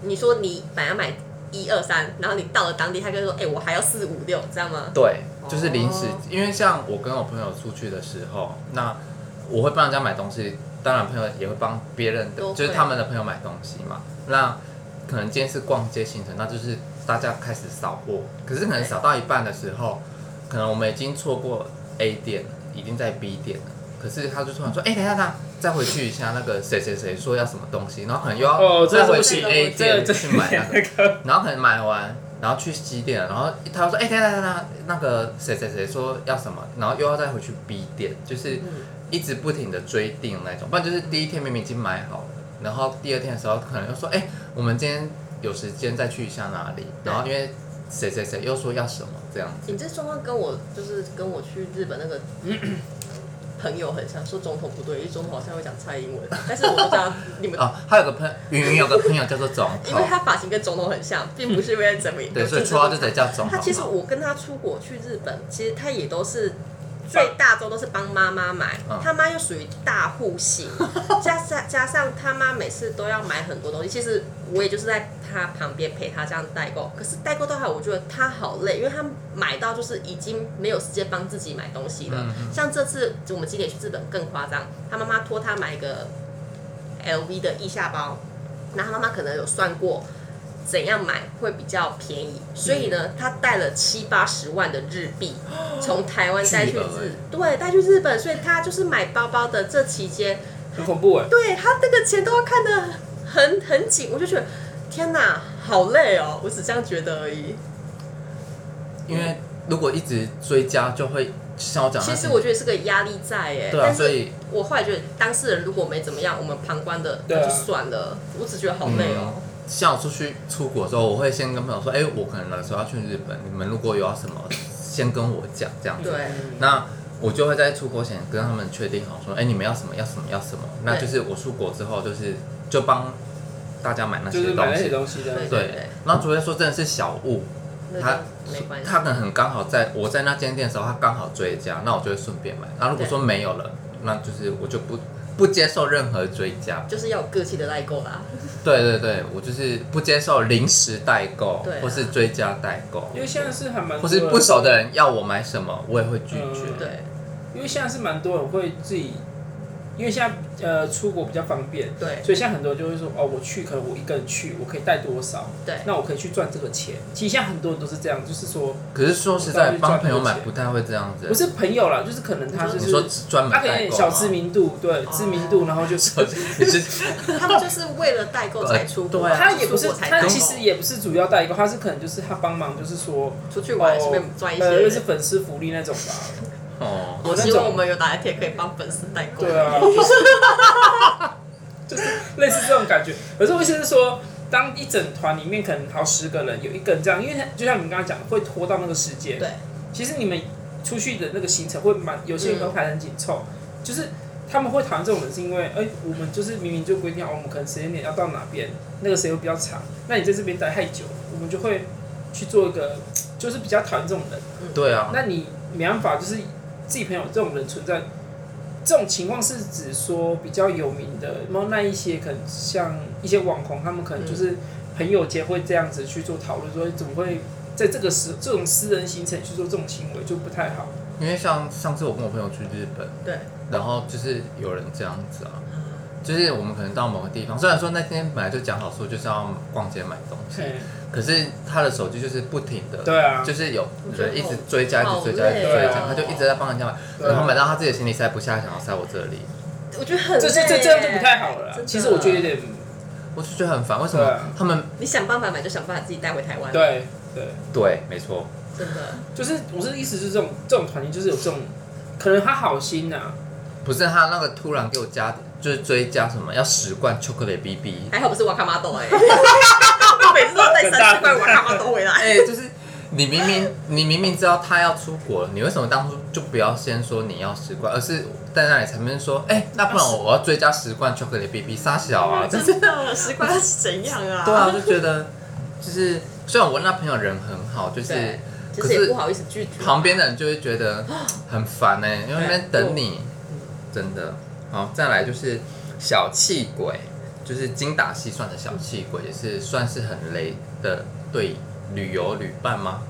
[SPEAKER 2] 你说你本来要买一二三，然后你到了当地，他就说：“哎、我还要四五六，这样吗
[SPEAKER 1] 对，就是临时
[SPEAKER 2] 哦，
[SPEAKER 1] 因为像我跟我朋友出去的时候，那我会帮人家买东西，当然朋友也会帮别人的
[SPEAKER 2] 都，会
[SPEAKER 1] 就是他们的朋友买东西嘛。那可能今天是逛街行程，那就是大家开始扫货，可是可能扫到一半的时候，可能我们已经错过 A 店，已经在 B 店了。可是他就突然说：“哎、等一下，等一下，再回去一下那个谁谁谁说要什么东西，然后可能又要
[SPEAKER 3] 哦这
[SPEAKER 1] 再
[SPEAKER 3] 个
[SPEAKER 1] 回
[SPEAKER 3] 不
[SPEAKER 1] 去
[SPEAKER 3] 行
[SPEAKER 1] A
[SPEAKER 3] 这个
[SPEAKER 1] 店去买那个。”
[SPEAKER 3] 那个
[SPEAKER 1] 然后可能买完，然后去西点，然后他又说，哎、等一下等一下，那个谁谁谁说要什么，然后又要再回去 B 店，就是一直不停的追订那种，不然就是第一天明明已经买好了，然后第二天的时候可能又说，哎、我们今天有时间再去一下哪里，然后因为谁谁谁又说要什么这样？”子，
[SPEAKER 2] 你这状况跟我就是跟我去日本那
[SPEAKER 3] *clears throat*
[SPEAKER 2] 个朋友很像，说总统不对，因为总统好像会讲蔡英文，但是我不知道你们，
[SPEAKER 1] 哦，还有个朋云云有个朋友叫做总
[SPEAKER 2] 因
[SPEAKER 1] 统
[SPEAKER 2] 为，他发型跟总统
[SPEAKER 1] *laughs*
[SPEAKER 2] 很像，并不是因为怎么
[SPEAKER 1] 对，
[SPEAKER 2] 有
[SPEAKER 1] 所以
[SPEAKER 2] 政治
[SPEAKER 1] 绰号
[SPEAKER 2] 立
[SPEAKER 1] 就
[SPEAKER 2] 场
[SPEAKER 1] 得叫总
[SPEAKER 2] 他
[SPEAKER 1] 统
[SPEAKER 2] 其实
[SPEAKER 1] 嘛。
[SPEAKER 2] 我跟他出国去日本，其实他也都是最大宗都是帮妈妈买，
[SPEAKER 1] 嗯
[SPEAKER 2] 他妈又属于大户
[SPEAKER 1] *laughs*
[SPEAKER 2] 型，加上加上他妈每次都要买很多东西，其实我也就是在他旁边陪他这样代购，可是代购到后来我觉得他好累，因为他买到就是已经没有时间帮自己买东西
[SPEAKER 1] 嗯
[SPEAKER 2] 了。像这次我们今年去日本更夸张，他妈妈托他买一个 LV 的腋下包，那他妈妈可能有算过怎样买会比较便宜，所以
[SPEAKER 1] 嗯
[SPEAKER 2] 呢，他带了七八十万的日
[SPEAKER 1] *gasps*
[SPEAKER 2] 币从台湾带去
[SPEAKER 1] 巨额欸
[SPEAKER 2] 日，对，带去日本，所以他就是买包包的这期间，
[SPEAKER 3] 很恐怖哎，
[SPEAKER 2] 对他这个钱都要看得很很紧，我就觉得天哪，好累哦，我只这样觉得而已。
[SPEAKER 1] 因为如果一直追加，就会像我讲的
[SPEAKER 2] 其
[SPEAKER 1] 那些，
[SPEAKER 2] 实我觉得是个压力在哎、
[SPEAKER 1] 啊对啊，
[SPEAKER 2] 但
[SPEAKER 1] 所
[SPEAKER 2] 是
[SPEAKER 1] 以
[SPEAKER 2] 我后来觉得当事人如果没怎么样，我们旁观的
[SPEAKER 3] 对
[SPEAKER 2] 那
[SPEAKER 3] 啊
[SPEAKER 2] 就算了，我只觉得好累哦。
[SPEAKER 1] 像我出去出国的时候，我会先跟朋友说，哎、我可能那时候要去日本，你们如果有要什么，先跟我讲这样子。
[SPEAKER 2] 对，
[SPEAKER 1] 那我就会在出国前跟他们确定好，说，哎、你们要什么，要什么，要什么。那就是我出国之后，就是就帮大家买那
[SPEAKER 3] 就
[SPEAKER 1] 些
[SPEAKER 3] 是买
[SPEAKER 1] 东
[SPEAKER 3] 那些
[SPEAKER 1] 西。
[SPEAKER 3] 东西的。
[SPEAKER 2] 对
[SPEAKER 1] 对，那除非说真的是小物，
[SPEAKER 2] 那
[SPEAKER 1] 他
[SPEAKER 2] 就没关系。
[SPEAKER 1] 他可能很刚好在我在那间店的时候，他刚好追加，那我就会顺便买。那如果说没有了，那就是我就不不接受任何追加。
[SPEAKER 2] 就是要有个性的代购啦，
[SPEAKER 1] 对对对，我就是不接受临时代购
[SPEAKER 2] 对啊，
[SPEAKER 1] 或是追加代购，
[SPEAKER 3] 因为现在是还蛮，
[SPEAKER 1] 或是不熟的，人要我买什么，我也会拒绝。
[SPEAKER 3] 嗯
[SPEAKER 2] 对
[SPEAKER 3] 因为现在是蛮多人会自己，因为现在呃出国比较方便，
[SPEAKER 2] 对
[SPEAKER 3] 所以现在很多人就会说哦，我去可能我一个人去，我可以带多少，
[SPEAKER 2] 对，
[SPEAKER 3] 那我可以去赚这个钱。其实现在很多人都是这样，就是说
[SPEAKER 1] 可是说实在，帮朋友买不太会这样子
[SPEAKER 3] 不。是朋友啦，就是可能他就
[SPEAKER 1] 你说
[SPEAKER 3] 是
[SPEAKER 1] 专门
[SPEAKER 3] 他可能有
[SPEAKER 1] 代
[SPEAKER 3] 点
[SPEAKER 1] 购啊
[SPEAKER 3] 小
[SPEAKER 1] 吗？
[SPEAKER 3] 知名度，对知名
[SPEAKER 2] 哦
[SPEAKER 3] 度，然后就是
[SPEAKER 1] 你是
[SPEAKER 2] 他们就是为了代购才出国，
[SPEAKER 1] 对啊
[SPEAKER 3] 他也不
[SPEAKER 2] 出
[SPEAKER 3] 是
[SPEAKER 2] 国才代
[SPEAKER 3] 他
[SPEAKER 2] 购
[SPEAKER 3] 其实也不是主要代购，他是可能就是他帮忙，就是说
[SPEAKER 2] 出去
[SPEAKER 3] 哦
[SPEAKER 2] 玩顺便赚一
[SPEAKER 3] 呃类似
[SPEAKER 2] 些。
[SPEAKER 3] 粉丝福利那种吧。
[SPEAKER 1] *laughs* 哦，
[SPEAKER 2] 我
[SPEAKER 3] 那
[SPEAKER 2] 希望
[SPEAKER 3] 种
[SPEAKER 2] 我们有哪一天可以帮粉丝代购。
[SPEAKER 3] 对啊，就是就是类似这种感觉。可是我意思是说，当一整团里面可能好十个人，有一个人这样，因为他就像你刚刚讲，会拖到那个时间。
[SPEAKER 2] 对，
[SPEAKER 3] 其实你们出去的那个行程会蛮，有些人都排得很紧凑，就是。他们会讨厌这种人，是因为，哎、我们就是明明就规定，哦，我们可能时间点要到哪边，那个谁又比较长，那你在这边待太久，我们就会去做一个，就是比较讨厌这种人。
[SPEAKER 1] 对啊，
[SPEAKER 3] 那你没办法，就是自己朋友这种人存在，这种情况是指说比较有名的，然后那一些可能像一些网红，他们可能就是
[SPEAKER 2] 嗯
[SPEAKER 3] 朋友间会这样子去做讨论，说怎么会在这个时这种私人行程去做这种行为就不太好。
[SPEAKER 1] 因为像上次我跟我朋友去日本，
[SPEAKER 2] 对，
[SPEAKER 1] 然后就是有人这样子啊，就是我们可能到某个地方，虽然说那天本来就讲好说就是要逛街买东西，
[SPEAKER 3] 嗯，
[SPEAKER 1] 可是他的手机就是不停的，
[SPEAKER 3] 对啊，
[SPEAKER 1] 就是有
[SPEAKER 2] 我觉得
[SPEAKER 1] 人一直
[SPEAKER 2] 好
[SPEAKER 1] 追加，一直追加，一直追加，
[SPEAKER 3] 好
[SPEAKER 1] 他
[SPEAKER 2] 累哦
[SPEAKER 1] 就一直在帮人家买，
[SPEAKER 3] 对啊
[SPEAKER 1] 然后买到他自己的行李塞不下，想要塞我这里，
[SPEAKER 2] 我觉得很
[SPEAKER 3] 这这这
[SPEAKER 2] 累
[SPEAKER 3] 这样就不太好了啦
[SPEAKER 2] 真。的啊
[SPEAKER 3] 其实我觉得有点
[SPEAKER 1] 我就觉得很烦，为什
[SPEAKER 3] 对
[SPEAKER 1] 么
[SPEAKER 3] 啊
[SPEAKER 1] 他们
[SPEAKER 2] 你想办法买，就想办法自己带回台湾。，
[SPEAKER 3] 对啊对，
[SPEAKER 1] 对，没错，
[SPEAKER 2] 真的，
[SPEAKER 3] 就是我是意思是这种这种团体就是有这种，可能他好心呐、啊
[SPEAKER 1] 不是他那个突然给我加，就是追加什么要十罐 chocolate BB，
[SPEAKER 2] 还好不是瓦卡玛豆哎，我每次都带三十块瓦卡玛豆回来。
[SPEAKER 1] 哎、就是你明明 *laughs* 你明明知道他要出国了，你为什么当初就不要先说你要十罐，而是在那里前面说，哎、那不然我我要追加十罐 chocolate BB，傻小啊，就是
[SPEAKER 2] 真的，十块是怎样啊
[SPEAKER 1] 对啊，就觉得就是虽然我那朋友人很好，就是
[SPEAKER 2] 对其
[SPEAKER 1] 可
[SPEAKER 2] 实也
[SPEAKER 1] 是
[SPEAKER 2] 不好意思拒绝。
[SPEAKER 1] 旁边的人就会觉
[SPEAKER 2] *gasps*
[SPEAKER 1] 得很烦呢、欸因为那边等你，真的。好，再来就是小气鬼，就是精打细算的小气鬼，也是算是很雷的对旅游旅伴吗？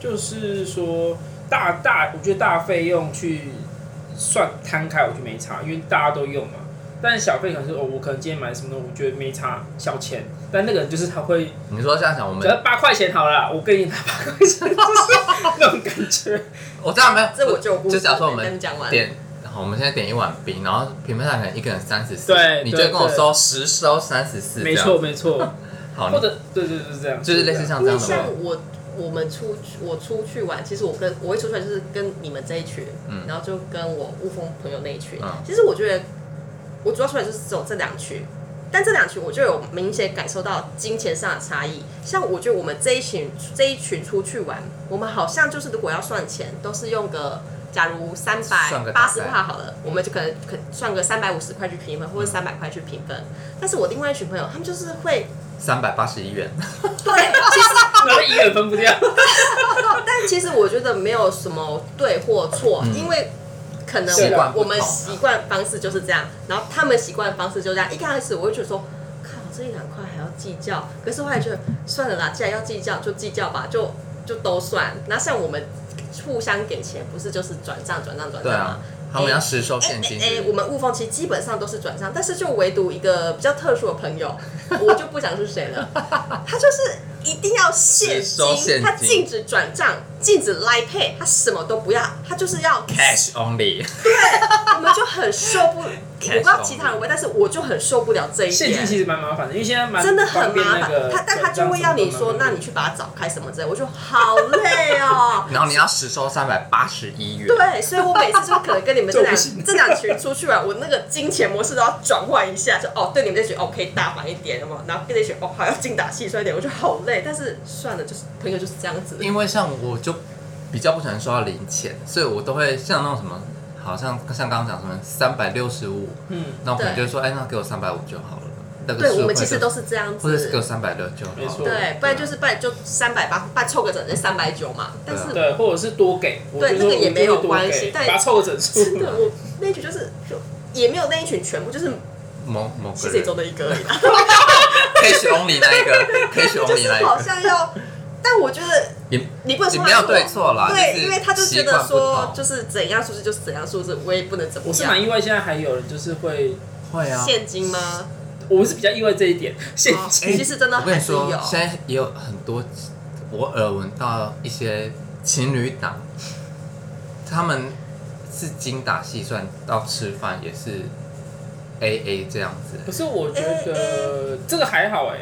[SPEAKER 3] 就是说大大，我觉得大费用去算摊开，我就没差，因为大家都用嘛。但是小费可能是哦，我可能今天买什么东西，我觉得没差，小钱。但那个人就是他会，
[SPEAKER 1] 你说这样想，我
[SPEAKER 3] 只
[SPEAKER 1] 们
[SPEAKER 3] 要八块钱好了，我给你拿八块钱，就是那种感
[SPEAKER 2] *laughs*
[SPEAKER 3] 觉。
[SPEAKER 1] 我知道没有，
[SPEAKER 2] 这我就有故
[SPEAKER 1] 就
[SPEAKER 2] 事
[SPEAKER 1] 假设我
[SPEAKER 2] 等
[SPEAKER 1] 们
[SPEAKER 2] 你讲完
[SPEAKER 1] 点。好，我们现在点一碗冰，然后平摊可能一个人三十四，
[SPEAKER 3] 对
[SPEAKER 1] 你就
[SPEAKER 3] 对
[SPEAKER 1] 会跟我
[SPEAKER 3] 对
[SPEAKER 1] 收十收三十四，
[SPEAKER 3] 没错，没错，
[SPEAKER 1] 好，
[SPEAKER 3] 或
[SPEAKER 1] 你
[SPEAKER 3] 者对对对，是这样，
[SPEAKER 1] 就是类似
[SPEAKER 3] 这样
[SPEAKER 1] 像
[SPEAKER 2] 因
[SPEAKER 1] 这
[SPEAKER 2] 为
[SPEAKER 1] 样的吗
[SPEAKER 2] 像？我我们出去我出去玩，其实我跟我会出去玩就是跟你们这一群，
[SPEAKER 1] 嗯
[SPEAKER 2] 然后就跟我雾峰朋友那一群。
[SPEAKER 1] 嗯
[SPEAKER 2] 其实我觉得我主要出来就是只有这两群，但这两群我就有明显感受到金钱上的差异。像我觉得我们这一群这一群出去玩，我们好像就是如果要算钱，都是用个。假如三
[SPEAKER 1] 算个
[SPEAKER 2] 百
[SPEAKER 1] 大
[SPEAKER 2] 八
[SPEAKER 1] 概
[SPEAKER 2] 十块好了，我们就可能可算个三百五十块去平分，或者
[SPEAKER 1] 嗯
[SPEAKER 2] 三百块去平分。但是我另外一群朋友，他们就是会
[SPEAKER 1] 三百八十一元，
[SPEAKER 2] 对，
[SPEAKER 3] 然后一个人分不掉。
[SPEAKER 2] 但其实我觉得没有什么对或错，
[SPEAKER 1] 嗯
[SPEAKER 2] 因为可能
[SPEAKER 3] 习惯
[SPEAKER 1] 不
[SPEAKER 2] 我
[SPEAKER 1] 同
[SPEAKER 2] 们习惯方式就是这样，然后他们习惯方式就这样。一开始我会觉得说，靠，这一两块还要计较，可是后来觉得算了啦，既然要计较就计较吧，就就都算。那像我们互相给钱，不是就是转账转账转
[SPEAKER 1] 对
[SPEAKER 2] 账
[SPEAKER 1] 啊
[SPEAKER 2] 吗？，
[SPEAKER 1] 他们要实收现金
[SPEAKER 2] 哎、哎
[SPEAKER 1] 是
[SPEAKER 2] 哎
[SPEAKER 1] 不
[SPEAKER 2] 我
[SPEAKER 1] 是。
[SPEAKER 2] 们雾峰其实基本上都是转账，但是就唯独一个比较特殊的朋友，我就不讲是谁了，他就是一定要现
[SPEAKER 1] 只收
[SPEAKER 2] 金，
[SPEAKER 1] 现金
[SPEAKER 2] 他禁止转账，禁止 Line Pay，他什么都不要，他就是要
[SPEAKER 1] Cash only，
[SPEAKER 2] 我们就很受不，我不知道其他人会，但是我就很受不了这一
[SPEAKER 3] 现金
[SPEAKER 2] 点。
[SPEAKER 3] 其实蛮麻烦的，因为现在蛮
[SPEAKER 2] 真的很
[SPEAKER 3] 方便
[SPEAKER 2] 麻
[SPEAKER 3] 那
[SPEAKER 2] 烦，
[SPEAKER 3] 个
[SPEAKER 2] 他但他就会要你说，那你去把它找开什么之类，我就好累哦。
[SPEAKER 1] 然后你要实收三百八十一元。
[SPEAKER 2] 对，所以我每次就可能跟你们这
[SPEAKER 3] *laughs* 这我
[SPEAKER 2] 两
[SPEAKER 3] 不行
[SPEAKER 2] 这两群出去玩，我那个金钱模式都要转换一下，就哦，对你们这群哦可以大方一点，那么然后跟这群哦还要精打细算一点，我就好累。但是算了，就是朋友就是这样子。
[SPEAKER 1] 因为像我就比较不喜欢收到零钱，所以我都会像那种什么，好像像刚刚讲什么三百六十五，
[SPEAKER 3] 嗯，
[SPEAKER 1] 那我可能就会说，哎，那给我三百五就好了。那个
[SPEAKER 2] 对，
[SPEAKER 1] 数
[SPEAKER 2] 我们
[SPEAKER 1] 会
[SPEAKER 2] 其实
[SPEAKER 1] 就
[SPEAKER 2] 都是这样
[SPEAKER 1] 或者是给我
[SPEAKER 2] 子。
[SPEAKER 1] 三百六就好
[SPEAKER 3] 没错
[SPEAKER 1] 了。
[SPEAKER 2] 对，不然就是不然就三百八，不然凑个整是三百九嘛。但
[SPEAKER 1] 啊
[SPEAKER 2] 是
[SPEAKER 3] 对，或者是多给，我
[SPEAKER 2] 对
[SPEAKER 3] 就说
[SPEAKER 2] 那个也
[SPEAKER 3] 我就
[SPEAKER 2] 没有
[SPEAKER 3] 多给
[SPEAKER 2] 关系但
[SPEAKER 3] 把它凑个整数
[SPEAKER 2] 真。的，我那一群就是就也没有那一群全部，就是
[SPEAKER 1] 某某
[SPEAKER 2] 其
[SPEAKER 1] 个
[SPEAKER 2] 实也
[SPEAKER 1] 人
[SPEAKER 2] 中的一个而已啦。
[SPEAKER 1] *laughs* cash only 那一
[SPEAKER 2] *laughs*
[SPEAKER 1] 个 cash
[SPEAKER 2] 就
[SPEAKER 1] only
[SPEAKER 2] 是
[SPEAKER 1] 那一
[SPEAKER 2] 好
[SPEAKER 1] 个，
[SPEAKER 2] 像要，但我觉得
[SPEAKER 1] 也
[SPEAKER 2] 你不能
[SPEAKER 1] 也
[SPEAKER 2] 说
[SPEAKER 1] 没
[SPEAKER 2] 他
[SPEAKER 1] 有对错啦，就
[SPEAKER 2] 对，
[SPEAKER 1] 是
[SPEAKER 2] 因为他就觉
[SPEAKER 1] 习
[SPEAKER 2] 得
[SPEAKER 1] 惯不
[SPEAKER 2] 说
[SPEAKER 1] 同
[SPEAKER 2] 就是怎样数字就是怎样数字，我也不能怎么
[SPEAKER 3] 我是蛮
[SPEAKER 2] 样。
[SPEAKER 3] 意外，现在还有人就是会，
[SPEAKER 1] 会啊，
[SPEAKER 2] 现金吗？
[SPEAKER 3] 我是比较意外这一点，现
[SPEAKER 2] 哦
[SPEAKER 3] 金。
[SPEAKER 2] 其实真的
[SPEAKER 1] 哎我跟
[SPEAKER 2] 还
[SPEAKER 1] 你
[SPEAKER 2] 是有
[SPEAKER 1] 说，，现在也有很多，我耳闻到一些情侣档，他们是精打细算，到吃饭也是 A A 这样子。
[SPEAKER 3] 可是我觉得这个还好哎，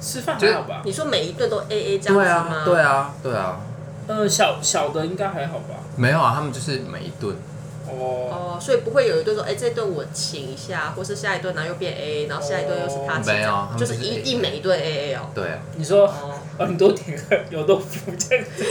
[SPEAKER 3] 吃饭还好吧？
[SPEAKER 2] 你说每一顿都 A A 这样
[SPEAKER 1] 对
[SPEAKER 2] 子
[SPEAKER 1] 啊
[SPEAKER 2] 吗？，
[SPEAKER 1] 对啊，对啊，
[SPEAKER 3] 呃，小小的应该还好吧？
[SPEAKER 1] 没有啊，他们就是每一顿，
[SPEAKER 3] 哦，
[SPEAKER 2] 哦，所以不会有一顿说，哎，这顿我请一下，或是下一顿然后又变 A A，然后下一顿又是他请，
[SPEAKER 1] 哦没有他们
[SPEAKER 2] 就是
[SPEAKER 1] 就是
[SPEAKER 2] 一
[SPEAKER 1] AA
[SPEAKER 2] 定每一顿 A A
[SPEAKER 1] *laughs*
[SPEAKER 2] 哦。
[SPEAKER 1] 对啊，
[SPEAKER 3] 你说
[SPEAKER 2] 哦，
[SPEAKER 3] 呃你多点个油豆腐这样子，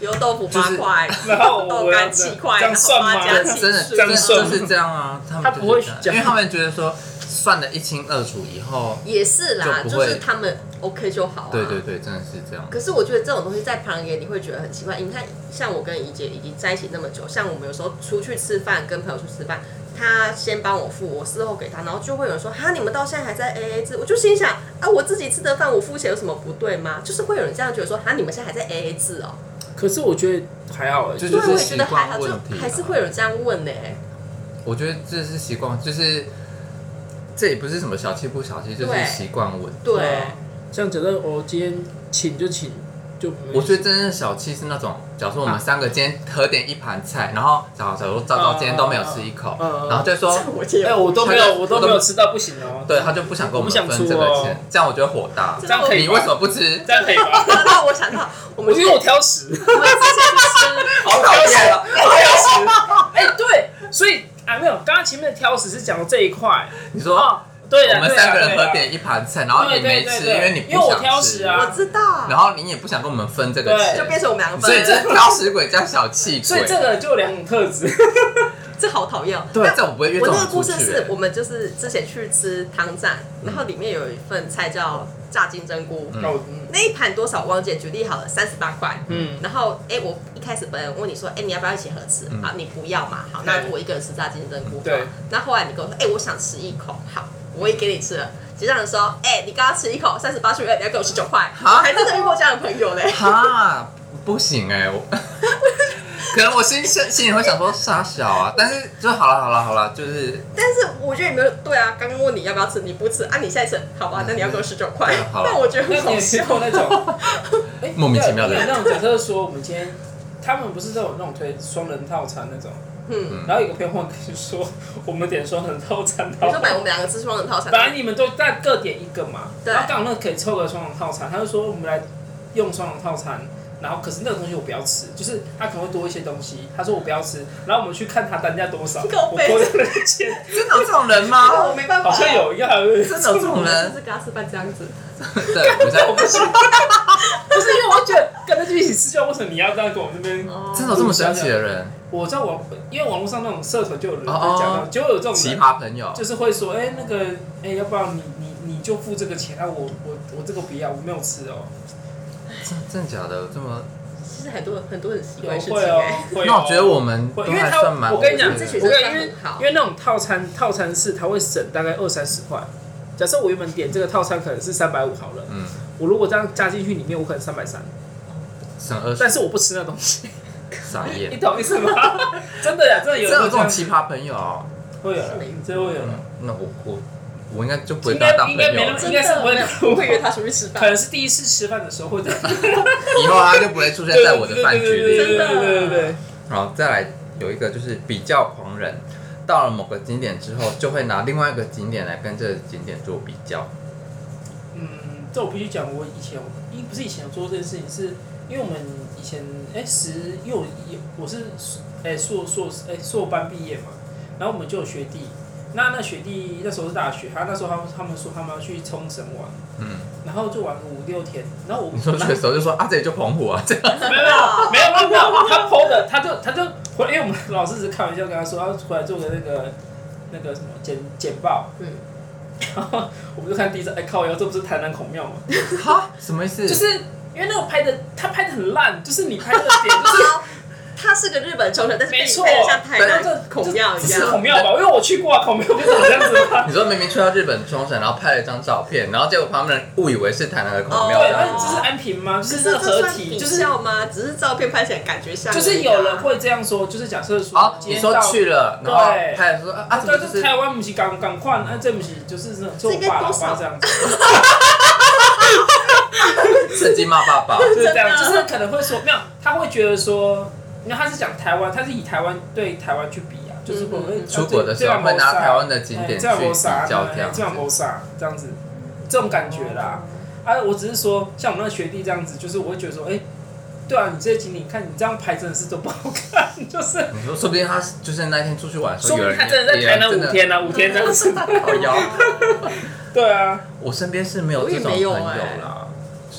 [SPEAKER 2] 油油豆腐八
[SPEAKER 1] 就是
[SPEAKER 2] 块，
[SPEAKER 3] 然后
[SPEAKER 2] 豆
[SPEAKER 3] 我
[SPEAKER 2] 干
[SPEAKER 3] 要
[SPEAKER 2] 七
[SPEAKER 3] 这
[SPEAKER 2] 块，
[SPEAKER 3] 样
[SPEAKER 2] 然后
[SPEAKER 3] 算
[SPEAKER 2] 花
[SPEAKER 3] 吗？
[SPEAKER 2] 加
[SPEAKER 1] 真
[SPEAKER 2] 七
[SPEAKER 1] 的
[SPEAKER 2] 十
[SPEAKER 1] 真的
[SPEAKER 3] 算
[SPEAKER 1] 就是这样啊，他
[SPEAKER 3] 他
[SPEAKER 1] 们
[SPEAKER 3] 不会
[SPEAKER 1] 就是这样
[SPEAKER 3] 讲
[SPEAKER 1] 因为他们觉得说算的一清二楚以后，
[SPEAKER 2] 也是啦，
[SPEAKER 1] 就
[SPEAKER 2] 就
[SPEAKER 1] 不会
[SPEAKER 2] 是他们 OK 就好、啊。
[SPEAKER 1] 对对对，真的是这样。
[SPEAKER 2] 可是我觉得这种东西在旁人你会觉得很奇怪。你看，像我跟怡姐已经在一起那么久，像我们有时候出去吃饭，跟朋友去吃饭，他先帮我付，我事后给他，然后就会有人说：“哈，你们到现在还在 A A 制？”我就心想：“啊，我自己吃的饭我付钱有什么不对吗？”就是会有人这样觉得说：“哈，你们现在还在 A A 制哦。
[SPEAKER 3] 可是我觉得还好、欸，
[SPEAKER 1] 就”
[SPEAKER 2] 对，
[SPEAKER 1] 是
[SPEAKER 2] 我也觉得
[SPEAKER 1] 习惯
[SPEAKER 2] 还好，就
[SPEAKER 1] 问题啊
[SPEAKER 2] 还是会有人这样问呢、
[SPEAKER 1] 我觉得这是习惯，就是这也不是什么小气不小气，就是
[SPEAKER 2] 对
[SPEAKER 1] 习惯问。
[SPEAKER 2] 对，
[SPEAKER 3] 像假设我今天请就请，就没
[SPEAKER 1] 我觉得真正的小气是那种，假如说我
[SPEAKER 3] 啊
[SPEAKER 1] 们三个今天合点一盘菜，然后假如假如赵赵今天都没有吃一口，
[SPEAKER 3] 嗯嗯嗯嗯
[SPEAKER 1] 然后就说，
[SPEAKER 2] 啊我姐
[SPEAKER 3] 哎、我都没
[SPEAKER 1] 他
[SPEAKER 3] 有，
[SPEAKER 1] 就
[SPEAKER 3] 我都没有吃到，不行哦、
[SPEAKER 1] *laughs* 对他就不想跟我们分这
[SPEAKER 3] 我
[SPEAKER 1] 个
[SPEAKER 3] 不想出
[SPEAKER 1] 钱
[SPEAKER 3] 哦，
[SPEAKER 1] 这样我就会火大。
[SPEAKER 3] 这样可以
[SPEAKER 1] 你
[SPEAKER 3] 吗
[SPEAKER 1] 为什么不吃？
[SPEAKER 3] 这样可以
[SPEAKER 1] 哎
[SPEAKER 3] 吧？
[SPEAKER 2] 让我想到我
[SPEAKER 3] 我
[SPEAKER 2] 们
[SPEAKER 3] 觉得我挑食，
[SPEAKER 2] 我们之前去
[SPEAKER 1] *laughs*
[SPEAKER 2] 吃，
[SPEAKER 1] 好讨厌啊！
[SPEAKER 3] *laughs* 我挑食。哎、对，所以啊，没有，刚刚前面的挑食是讲到这一块
[SPEAKER 1] 你说
[SPEAKER 3] 哦，对
[SPEAKER 1] 我
[SPEAKER 3] 的，
[SPEAKER 1] 们
[SPEAKER 3] 对
[SPEAKER 1] 三个
[SPEAKER 3] 的，
[SPEAKER 1] 人合
[SPEAKER 3] 对的。啊
[SPEAKER 1] 点一盘菜，然后你没
[SPEAKER 3] 对对
[SPEAKER 1] 吃，
[SPEAKER 3] 对对
[SPEAKER 1] 因为你
[SPEAKER 3] 因为
[SPEAKER 1] 不
[SPEAKER 3] 我
[SPEAKER 1] 想
[SPEAKER 3] 挑
[SPEAKER 1] 吃
[SPEAKER 3] 食啊
[SPEAKER 2] *laughs* 我知道，
[SPEAKER 1] 然后你也不想跟我们分这个
[SPEAKER 3] 对
[SPEAKER 2] 就变
[SPEAKER 1] 钱，
[SPEAKER 2] 成我们两个
[SPEAKER 1] 所以
[SPEAKER 2] 分
[SPEAKER 1] 这是挑食鬼加小气
[SPEAKER 3] 所以
[SPEAKER 1] 鬼。
[SPEAKER 3] 这个就有两种特质，
[SPEAKER 2] 这好讨厌哦。
[SPEAKER 1] 对，这我不会约这
[SPEAKER 2] 我
[SPEAKER 1] 种
[SPEAKER 2] 那个
[SPEAKER 1] 出
[SPEAKER 2] 故
[SPEAKER 1] 去
[SPEAKER 2] 事
[SPEAKER 1] 欸
[SPEAKER 2] 是我们就是之前去吃汤站，然后里面有一份菜叫炸金针菇，
[SPEAKER 1] 嗯
[SPEAKER 2] 那一盘多少？汪姐举例好了，三十八块。
[SPEAKER 3] 嗯，
[SPEAKER 2] 然后，哎、我一开始本来问你说，哎、你要不要一起合吃？
[SPEAKER 1] 嗯
[SPEAKER 2] 好，你不要嘛。好，
[SPEAKER 3] 对
[SPEAKER 2] 那我一个人吃炸金针菇。
[SPEAKER 3] 对。
[SPEAKER 2] 那后来你跟我说，哎、我想吃一口，好，我也给你吃了。结账的时候，哎、你刚刚吃一口三十八元，你要给我十九块，我还真的遇过这样的朋友嘞。
[SPEAKER 1] 哈，不行哎、我 *laughs* 可能我心心心里会想说傻小啊，但是就好了好了好了，就是
[SPEAKER 2] 但是我觉得你没有对啊，刚刚问你要不要吃，你不吃啊，你现在吃，好吧，那你要给我十九块
[SPEAKER 1] 嗯， *laughs* 好了
[SPEAKER 2] 那我觉得
[SPEAKER 3] 那
[SPEAKER 2] 很
[SPEAKER 3] 你
[SPEAKER 2] 好
[SPEAKER 3] 也
[SPEAKER 2] 笑
[SPEAKER 3] 吃。过那 *laughs* 种、哎
[SPEAKER 1] 莫名其妙的
[SPEAKER 3] 对有那种假设说我们今天。他们不是都有那种推双人套餐那种，
[SPEAKER 2] 嗯。
[SPEAKER 3] 然后有个朋友跟你说，我们点双人套餐，
[SPEAKER 2] 你
[SPEAKER 3] 然
[SPEAKER 2] 说
[SPEAKER 3] 后
[SPEAKER 2] 买我们两个吃双人套餐，
[SPEAKER 3] 本来你们都在各点一个嘛，
[SPEAKER 2] 对
[SPEAKER 3] 然后刚好那个可以凑个双人套餐，他就说我们来用双人套餐，然后可是那个东西我不要吃，就是他可能会多一些东西，他说我不要吃，然后我们去看他单价多少，我
[SPEAKER 2] 靠背
[SPEAKER 3] 多了那个钱，
[SPEAKER 1] 真的有这种人
[SPEAKER 2] 啊，
[SPEAKER 1] 吗？
[SPEAKER 2] 我没办法，
[SPEAKER 3] 好像有一个
[SPEAKER 1] 真的有这种
[SPEAKER 2] 我就
[SPEAKER 1] 人？
[SPEAKER 2] 是给他吃饭这样子，
[SPEAKER 1] *laughs* 对，我在
[SPEAKER 3] 我不行，不是因为我觉得跟他就一起吃饭，为什么你要这样跟我们这边？
[SPEAKER 2] 哦
[SPEAKER 1] 真的有这么神奇的人，
[SPEAKER 3] 我在网，因为网络上那种社团就有人在讲
[SPEAKER 1] 哦
[SPEAKER 3] 到，就有这种
[SPEAKER 1] 奇
[SPEAKER 3] 人，
[SPEAKER 1] 葩朋友，
[SPEAKER 3] 就是会说，哎、那个，哎、要不然你你你就付这个钱，啊，我我我这个不要，我没有吃哦、
[SPEAKER 1] 真真的假的有这么？
[SPEAKER 2] 其实很多很多很奇怪
[SPEAKER 3] 有
[SPEAKER 2] 的事情
[SPEAKER 3] 会哦
[SPEAKER 2] 哎，，
[SPEAKER 3] 会哦
[SPEAKER 1] 那我觉得我们都
[SPEAKER 3] 因为
[SPEAKER 1] 还
[SPEAKER 3] 他
[SPEAKER 1] 算蛮，
[SPEAKER 3] 我跟你讲，
[SPEAKER 1] 我
[SPEAKER 3] 我
[SPEAKER 1] 觉得
[SPEAKER 2] 这群
[SPEAKER 3] 跟你
[SPEAKER 2] 算
[SPEAKER 3] 讲，因
[SPEAKER 2] 很
[SPEAKER 3] 为
[SPEAKER 2] 好
[SPEAKER 3] 因为那种套餐套餐是它会省大概二三十块。假设我原本点这个套餐可能是三百五好了，
[SPEAKER 1] 嗯，
[SPEAKER 3] 我如果这样加进去里面，我可能三百三，
[SPEAKER 1] 省二
[SPEAKER 3] 但
[SPEAKER 1] 十
[SPEAKER 3] 是我不吃那东西，
[SPEAKER 1] 傻
[SPEAKER 3] 你
[SPEAKER 1] 眼，
[SPEAKER 3] 懂意思吗？真的呀，真的有
[SPEAKER 1] 真的有这种
[SPEAKER 3] 样
[SPEAKER 1] 奇葩朋友哦、
[SPEAKER 3] 会有了，真的会有
[SPEAKER 1] 嗯
[SPEAKER 3] 了，
[SPEAKER 1] 那我我我应该就不会
[SPEAKER 3] 应
[SPEAKER 1] 跟他
[SPEAKER 3] 该
[SPEAKER 1] 当
[SPEAKER 3] 啊应
[SPEAKER 1] 朋
[SPEAKER 3] 该没
[SPEAKER 1] 友
[SPEAKER 3] 那么
[SPEAKER 1] 了，
[SPEAKER 3] 应该是不会跟
[SPEAKER 2] 我
[SPEAKER 3] 我
[SPEAKER 2] 会约他出去吃
[SPEAKER 3] 可
[SPEAKER 2] 饭，
[SPEAKER 3] 能是第一次吃饭的时候会在
[SPEAKER 1] 以后啊他就不会出现在我的饭局里
[SPEAKER 3] 对
[SPEAKER 1] 了
[SPEAKER 3] 对对。对对对对对，
[SPEAKER 1] 然后再来有一个就是比较狂人，到了某个景点之后，就会拿另外一个景点来跟这个景点做比较。
[SPEAKER 3] 嗯，这我必须讲，我以前因不是以前有做这件事情，是因为我们以前哎十，因为我以我是哎硕硕士哎硕班毕业嘛，然后我们就有学弟，那那学弟那时候是大学，他那时候他们他们说他们要去冲绳玩，
[SPEAKER 1] 嗯，
[SPEAKER 3] 然后就玩个五六天，然后我
[SPEAKER 1] 你说去的时候就说啊，这里就澎湖啊，这样
[SPEAKER 3] 没有 *laughs* 没有没有没有，他 PO 的，他就他就回，因为我们老师只是开玩笑跟他说，他回来做个那个那个什么简简报，
[SPEAKER 2] 嗯，
[SPEAKER 3] 然后我们就看第一张，哎靠腰，这不是台南孔庙吗？
[SPEAKER 1] 哈什么意思？
[SPEAKER 3] 就是因为那个拍的，他拍的很烂，就是你拍的点就是
[SPEAKER 2] 他是个日本冲绳，但是被
[SPEAKER 3] 没错
[SPEAKER 2] 你拍的像台
[SPEAKER 3] 对
[SPEAKER 2] 南孔庙
[SPEAKER 1] *laughs*
[SPEAKER 2] 一
[SPEAKER 3] 只是
[SPEAKER 2] 样，
[SPEAKER 3] 孔庙吧，因为我去过啊，孔庙不是长这样子吗？
[SPEAKER 1] 你说明明去到日本冲绳，然后拍了一张照片，然后结果旁边人误以为是台南的孔庙
[SPEAKER 3] 对，
[SPEAKER 1] 这
[SPEAKER 2] 哦
[SPEAKER 3] 而
[SPEAKER 1] 样子。
[SPEAKER 3] 且这是安平吗？
[SPEAKER 2] 可
[SPEAKER 3] 就是
[SPEAKER 2] 是
[SPEAKER 3] 那个
[SPEAKER 2] 这
[SPEAKER 3] 合
[SPEAKER 2] 算
[SPEAKER 3] 体，
[SPEAKER 2] 比
[SPEAKER 3] 就是
[SPEAKER 2] 较吗？只是照片拍起来感觉像而已
[SPEAKER 3] 就
[SPEAKER 2] 啊，
[SPEAKER 3] 是有人会这样说，就是假设说，
[SPEAKER 1] 哦，
[SPEAKER 3] 今
[SPEAKER 1] 你
[SPEAKER 3] 天
[SPEAKER 1] 说
[SPEAKER 3] 到
[SPEAKER 1] 去了，然后
[SPEAKER 3] 对
[SPEAKER 1] 拍了说啊啊，怎么
[SPEAKER 3] 对，
[SPEAKER 1] 就
[SPEAKER 3] 就是
[SPEAKER 1] 是
[SPEAKER 3] 台湾不是港港快，啊，这不是就是那种做
[SPEAKER 2] 这应该
[SPEAKER 3] 爸
[SPEAKER 2] 多
[SPEAKER 3] 爸
[SPEAKER 2] 少
[SPEAKER 3] 这样子，
[SPEAKER 1] 趁机骂爸爸？
[SPEAKER 3] *laughs* 就是这样，
[SPEAKER 2] 真的
[SPEAKER 3] 就是可能会说没有，他会觉得说，因为他是讲台湾，他是以台湾对台湾去比啊，就是我们
[SPEAKER 1] 嗯出国的时候会拿台湾的景点去
[SPEAKER 3] 哎这样
[SPEAKER 1] 比
[SPEAKER 3] 谋杀，哎
[SPEAKER 1] 较，这样子
[SPEAKER 3] 这。样谋杀，这样子，这种感觉啦。啊，我只是说，像我们那学弟这样子，就是我会觉得说，哎、对啊，你这些景点，看你这样拍真的是都不好看， *laughs* 就是
[SPEAKER 1] 你说说不定他就是那天出去玩的时
[SPEAKER 3] 说
[SPEAKER 1] 候，
[SPEAKER 3] 明
[SPEAKER 1] 有人
[SPEAKER 3] 他真的在台南 *laughs* 五天啊，五天这样子，
[SPEAKER 1] 好摇。
[SPEAKER 3] *laughs* 对啊，
[SPEAKER 1] 我身边是没有这种朋友啦，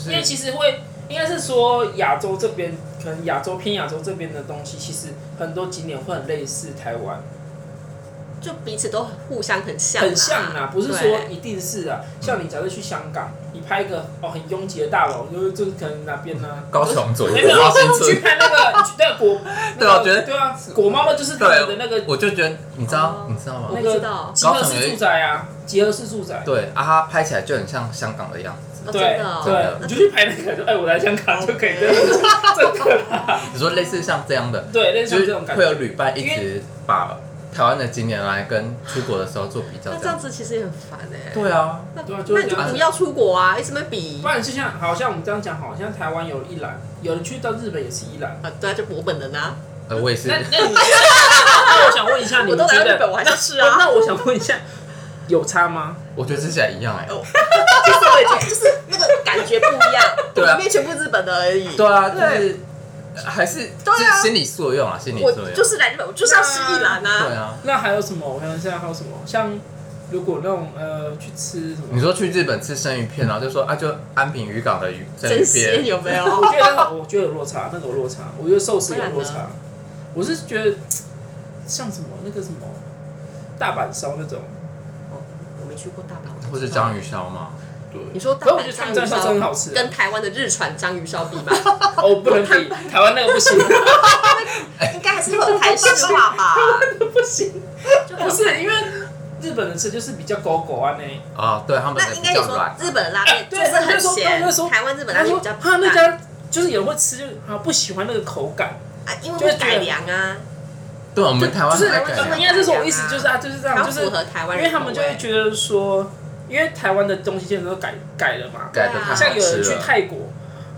[SPEAKER 3] 因
[SPEAKER 1] 就
[SPEAKER 3] 为
[SPEAKER 1] 是
[SPEAKER 3] 其实会，应该是说亚洲这边，可能亚洲偏亚洲这边的东西，其实很多景点会很类似台湾。
[SPEAKER 2] 就彼此都互相很像、啊
[SPEAKER 3] 很像啊啦，不是说
[SPEAKER 2] 对
[SPEAKER 3] 一定是啊。像你假设去香港，你拍一个哦很拥挤的大楼，就是就是可能哪边呢、
[SPEAKER 1] 高雄左
[SPEAKER 3] 哎
[SPEAKER 1] 右
[SPEAKER 3] 没有
[SPEAKER 1] 国贸新村，
[SPEAKER 3] 去拍那个去那个国，那
[SPEAKER 1] 对
[SPEAKER 3] 个
[SPEAKER 1] 我觉得
[SPEAKER 3] *laughs* 对啊，国贸那就是他们的那个
[SPEAKER 1] 我就觉得你知道
[SPEAKER 2] 哦
[SPEAKER 1] 你知道
[SPEAKER 2] 我
[SPEAKER 1] 吗？
[SPEAKER 2] 不知道，
[SPEAKER 3] 集合式住宅啊，集合式住宅，
[SPEAKER 1] 对啊，它拍起来就很像香港的样子。
[SPEAKER 2] 哦哦、真
[SPEAKER 3] 对
[SPEAKER 2] 的、哦，
[SPEAKER 3] 对，你就去拍那个，就哎，我来香港就可以
[SPEAKER 2] *laughs*
[SPEAKER 3] 这个这个啦，
[SPEAKER 1] 你说类似像这样的，
[SPEAKER 3] 对，类
[SPEAKER 1] 就
[SPEAKER 3] 似
[SPEAKER 1] 是
[SPEAKER 3] 这种感
[SPEAKER 1] 会有
[SPEAKER 3] 觉。
[SPEAKER 1] 旅伴一
[SPEAKER 3] 因
[SPEAKER 1] 直把台湾的景点来跟出国的时候做比较
[SPEAKER 2] 那，
[SPEAKER 1] 这
[SPEAKER 2] 这
[SPEAKER 1] 样
[SPEAKER 2] 样子其实也很烦哎、
[SPEAKER 1] 对啊，
[SPEAKER 2] 那
[SPEAKER 3] 对啊就
[SPEAKER 2] 那
[SPEAKER 3] 是
[SPEAKER 2] 你就
[SPEAKER 3] 这样
[SPEAKER 1] 子
[SPEAKER 2] 不要出国啊，一直没比
[SPEAKER 3] 不然就像好像我们这样讲，好像台湾有一栏，有人去到日本也是一栏。
[SPEAKER 2] 啊，对啊，就我本人啊，
[SPEAKER 1] 呃，我也是
[SPEAKER 3] 那，那你 *laughs* 那我想问一下，你
[SPEAKER 2] 我
[SPEAKER 3] 们
[SPEAKER 2] 都来
[SPEAKER 3] 觉
[SPEAKER 2] 到日本，
[SPEAKER 3] 得？
[SPEAKER 2] 我还是吃 *laughs*
[SPEAKER 3] 那
[SPEAKER 2] 啊。
[SPEAKER 3] 那我想问一下，有差吗？
[SPEAKER 1] 我觉得吃起来一样哎。
[SPEAKER 2] 其实我也觉 *laughs* 得，就是那个感觉不一 *laughs* 样，
[SPEAKER 1] 对啊
[SPEAKER 2] 里面全部日本的而已。
[SPEAKER 1] 对啊，就是还是
[SPEAKER 2] 对啊
[SPEAKER 1] 是心理作用啊，心理
[SPEAKER 2] 我
[SPEAKER 1] 作用。
[SPEAKER 2] 就是来日本，我就是要吃一兰
[SPEAKER 1] 对
[SPEAKER 2] 啊。
[SPEAKER 1] 啊，
[SPEAKER 3] 那还有什么？我想一下还有什么？像如果那种呃去吃什么？
[SPEAKER 1] 你说去日本吃生鱼片，然后就说啊，就安平渔港的鱼生鱼
[SPEAKER 2] 真鲜
[SPEAKER 1] 片，
[SPEAKER 2] 有 *laughs* 没
[SPEAKER 3] 我
[SPEAKER 2] 有？
[SPEAKER 3] 觉得那个我觉得有落差，那个有落差，我觉得寿司有落
[SPEAKER 2] 不然
[SPEAKER 3] 差。我是觉得像什么那个什么大阪烧那种，
[SPEAKER 2] 我没去过大阪，
[SPEAKER 1] 或是章鱼烧嘛。对，
[SPEAKER 2] 你说大
[SPEAKER 3] 可是我觉
[SPEAKER 2] 阪
[SPEAKER 3] 得
[SPEAKER 2] 章
[SPEAKER 3] 他们这
[SPEAKER 2] 鱼
[SPEAKER 3] 样烧真的很
[SPEAKER 2] 烧
[SPEAKER 3] 好吃。
[SPEAKER 2] 跟台湾的日船章鱼烧比吧，
[SPEAKER 3] 哦，不能比台湾那个不行，
[SPEAKER 2] *laughs* 应该还是会有台式化吧？ *laughs*
[SPEAKER 3] 不行，
[SPEAKER 2] 就
[SPEAKER 3] 不是因为日本人吃就是比较狗狗啊那。
[SPEAKER 1] 啊，对他们
[SPEAKER 2] 那
[SPEAKER 1] 的
[SPEAKER 2] 应
[SPEAKER 1] 比
[SPEAKER 2] 该你
[SPEAKER 1] 较
[SPEAKER 2] 说
[SPEAKER 1] 软，
[SPEAKER 2] 日本的拉面啊就是很
[SPEAKER 3] 对那时候
[SPEAKER 2] 咸，台湾日本拉
[SPEAKER 3] 他
[SPEAKER 2] 面
[SPEAKER 3] 说
[SPEAKER 2] 比较
[SPEAKER 3] 他
[SPEAKER 2] 淡
[SPEAKER 3] 那家就是有人会吃，就是啊不喜欢那个口感。
[SPEAKER 2] 啊，因为
[SPEAKER 3] 就是
[SPEAKER 2] 会改良啊，
[SPEAKER 1] 对我们台湾
[SPEAKER 3] 就是
[SPEAKER 1] 很爱改
[SPEAKER 3] 就是
[SPEAKER 1] 良
[SPEAKER 3] 应该是说我意思就是啊就是这
[SPEAKER 2] 然
[SPEAKER 3] 样，
[SPEAKER 2] 后
[SPEAKER 3] 就是
[SPEAKER 2] 符合台湾人口
[SPEAKER 3] 因
[SPEAKER 2] 味，
[SPEAKER 3] 为他们就会觉得说，因为台湾的东西现在都改改了嘛，
[SPEAKER 1] 改的太好
[SPEAKER 3] 像有
[SPEAKER 1] 吃
[SPEAKER 3] 人去
[SPEAKER 1] 了。
[SPEAKER 3] 泰国，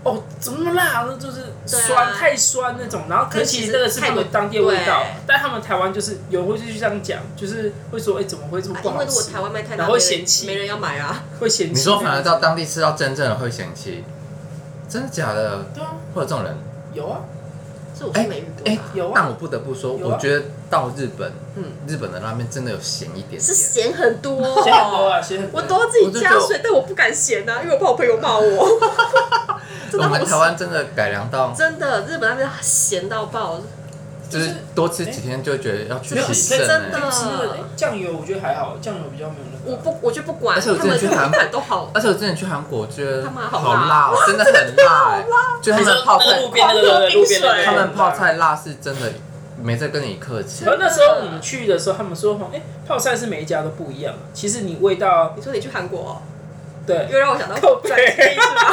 [SPEAKER 3] 哦，怎么那么辣？那就是
[SPEAKER 2] 对
[SPEAKER 3] 酸、
[SPEAKER 2] 啊
[SPEAKER 3] 太酸那种。然后，可是其
[SPEAKER 2] 其
[SPEAKER 3] 实
[SPEAKER 2] 实
[SPEAKER 3] 那个是他
[SPEAKER 2] 泰
[SPEAKER 3] 们
[SPEAKER 2] 国
[SPEAKER 3] 当地的味道
[SPEAKER 2] 对，
[SPEAKER 3] 但他们台湾就是有人会去这样讲，就是会说，哎、怎么会这么
[SPEAKER 2] 啊，
[SPEAKER 3] 不
[SPEAKER 2] 因
[SPEAKER 3] 好
[SPEAKER 2] 为如果
[SPEAKER 3] 吃？
[SPEAKER 2] 台湾卖太
[SPEAKER 3] 然
[SPEAKER 2] 大，
[SPEAKER 3] 后
[SPEAKER 2] 没人
[SPEAKER 3] 嫌弃
[SPEAKER 2] 没人要买啊。
[SPEAKER 3] 会嫌弃。
[SPEAKER 1] 你说反而到当地吃到真正的会嫌弃，真的假的？
[SPEAKER 3] 对啊，
[SPEAKER 1] 会有这种人？
[SPEAKER 3] 有啊，
[SPEAKER 2] 这我是没遇过
[SPEAKER 1] 哎
[SPEAKER 2] 啦，
[SPEAKER 3] 有啊
[SPEAKER 1] 但，我不得不说，
[SPEAKER 3] 有啊
[SPEAKER 1] 我觉得到日本，
[SPEAKER 2] 嗯
[SPEAKER 1] 日本的拉面真的有咸一点
[SPEAKER 2] 是
[SPEAKER 1] 点。
[SPEAKER 2] 咸很
[SPEAKER 3] *laughs*
[SPEAKER 2] 多哦，
[SPEAKER 3] 写很多啊，写很多。
[SPEAKER 2] 我都要自己加水，但我不敢咸啊，因为我怕我朋友骂
[SPEAKER 3] *laughs*
[SPEAKER 2] 我。真
[SPEAKER 1] 我
[SPEAKER 2] 的好
[SPEAKER 1] 们台
[SPEAKER 2] 咸，
[SPEAKER 1] 湾真的改良到，
[SPEAKER 2] 真的日本那边咸到爆，
[SPEAKER 1] 就是多吃几天就觉得要去
[SPEAKER 3] 没有
[SPEAKER 1] 洗
[SPEAKER 3] 可
[SPEAKER 1] 肾
[SPEAKER 3] 是
[SPEAKER 2] 真
[SPEAKER 1] 欸
[SPEAKER 2] 的
[SPEAKER 3] 哎吃了哎酱油我觉得还好，酱油比较没有那
[SPEAKER 2] 我
[SPEAKER 3] 个啊。
[SPEAKER 2] 不我就不管，
[SPEAKER 1] 而且我
[SPEAKER 2] 他们
[SPEAKER 1] 之前去韩
[SPEAKER 2] 不管都好，
[SPEAKER 1] 而且我之前去韩国，觉得
[SPEAKER 2] 他们
[SPEAKER 1] 好
[SPEAKER 2] 好
[SPEAKER 1] 辣
[SPEAKER 2] 辣
[SPEAKER 1] 哦，真的很辣哎、就他
[SPEAKER 3] 你
[SPEAKER 1] 们
[SPEAKER 3] 说
[SPEAKER 1] 泡
[SPEAKER 3] 那个
[SPEAKER 1] 菜
[SPEAKER 3] 路，边那个
[SPEAKER 2] 哦
[SPEAKER 3] 对对路
[SPEAKER 2] 啊
[SPEAKER 3] 边那个
[SPEAKER 1] 他们泡
[SPEAKER 3] 菜。
[SPEAKER 1] 菜辣是真的没在跟你客
[SPEAKER 3] *laughs*
[SPEAKER 1] 气
[SPEAKER 3] 然。后那时候我们去的时候，他们说，哎、泡菜是每一家都不一样的。其实你味道，
[SPEAKER 2] 你说你去韩国哦，
[SPEAKER 3] *laughs* 对，
[SPEAKER 2] 又让我想到
[SPEAKER 3] 靠
[SPEAKER 2] 转机
[SPEAKER 3] 背
[SPEAKER 2] 是吧？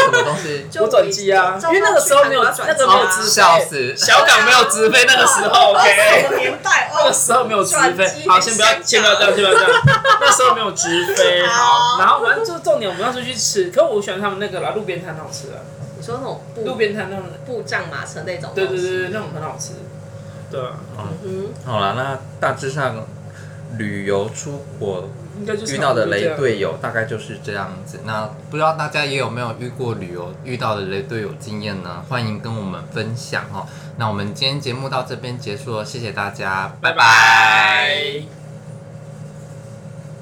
[SPEAKER 1] 什么东西？
[SPEAKER 2] 就
[SPEAKER 3] 我转机啊
[SPEAKER 2] 照照
[SPEAKER 3] 因为那个时候没有
[SPEAKER 2] 照照去韩国
[SPEAKER 3] 那
[SPEAKER 2] 要
[SPEAKER 3] 个没有
[SPEAKER 2] 转机啊
[SPEAKER 3] 资
[SPEAKER 1] 笑死！
[SPEAKER 3] 小港没有直飞那个时
[SPEAKER 2] *laughs*
[SPEAKER 3] 候
[SPEAKER 2] 什
[SPEAKER 3] ，OK，
[SPEAKER 2] 么年代
[SPEAKER 3] *laughs* 那
[SPEAKER 2] 哦
[SPEAKER 3] 个？时候没有直飞
[SPEAKER 2] 转机。
[SPEAKER 3] 好，先不要，
[SPEAKER 2] 香港
[SPEAKER 3] 先不要这样，先不要这样。 *laughs* 那时候没有直飞，好，
[SPEAKER 2] 好
[SPEAKER 3] 然后反正就是重点，我们那时候去吃，可我喜欢他们那个啦，路边摊很好吃啊，
[SPEAKER 2] 你说那种布
[SPEAKER 3] 路边摊那种，
[SPEAKER 2] 布障马车那种，
[SPEAKER 3] 对对对对，，那种很好吃。对啊，
[SPEAKER 2] 嗯，
[SPEAKER 1] 好了，那大致上旅游出国
[SPEAKER 3] 应该就是
[SPEAKER 1] 遇到的
[SPEAKER 3] 差不多这
[SPEAKER 1] 雷
[SPEAKER 3] 样，
[SPEAKER 1] 队友大概就是这样子。那不知道大家也有没有遇过旅游遇到的雷队友经验呢？欢迎跟我们分享哦。那我们今天节目到这边结束了，谢谢大家，拜
[SPEAKER 3] 拜。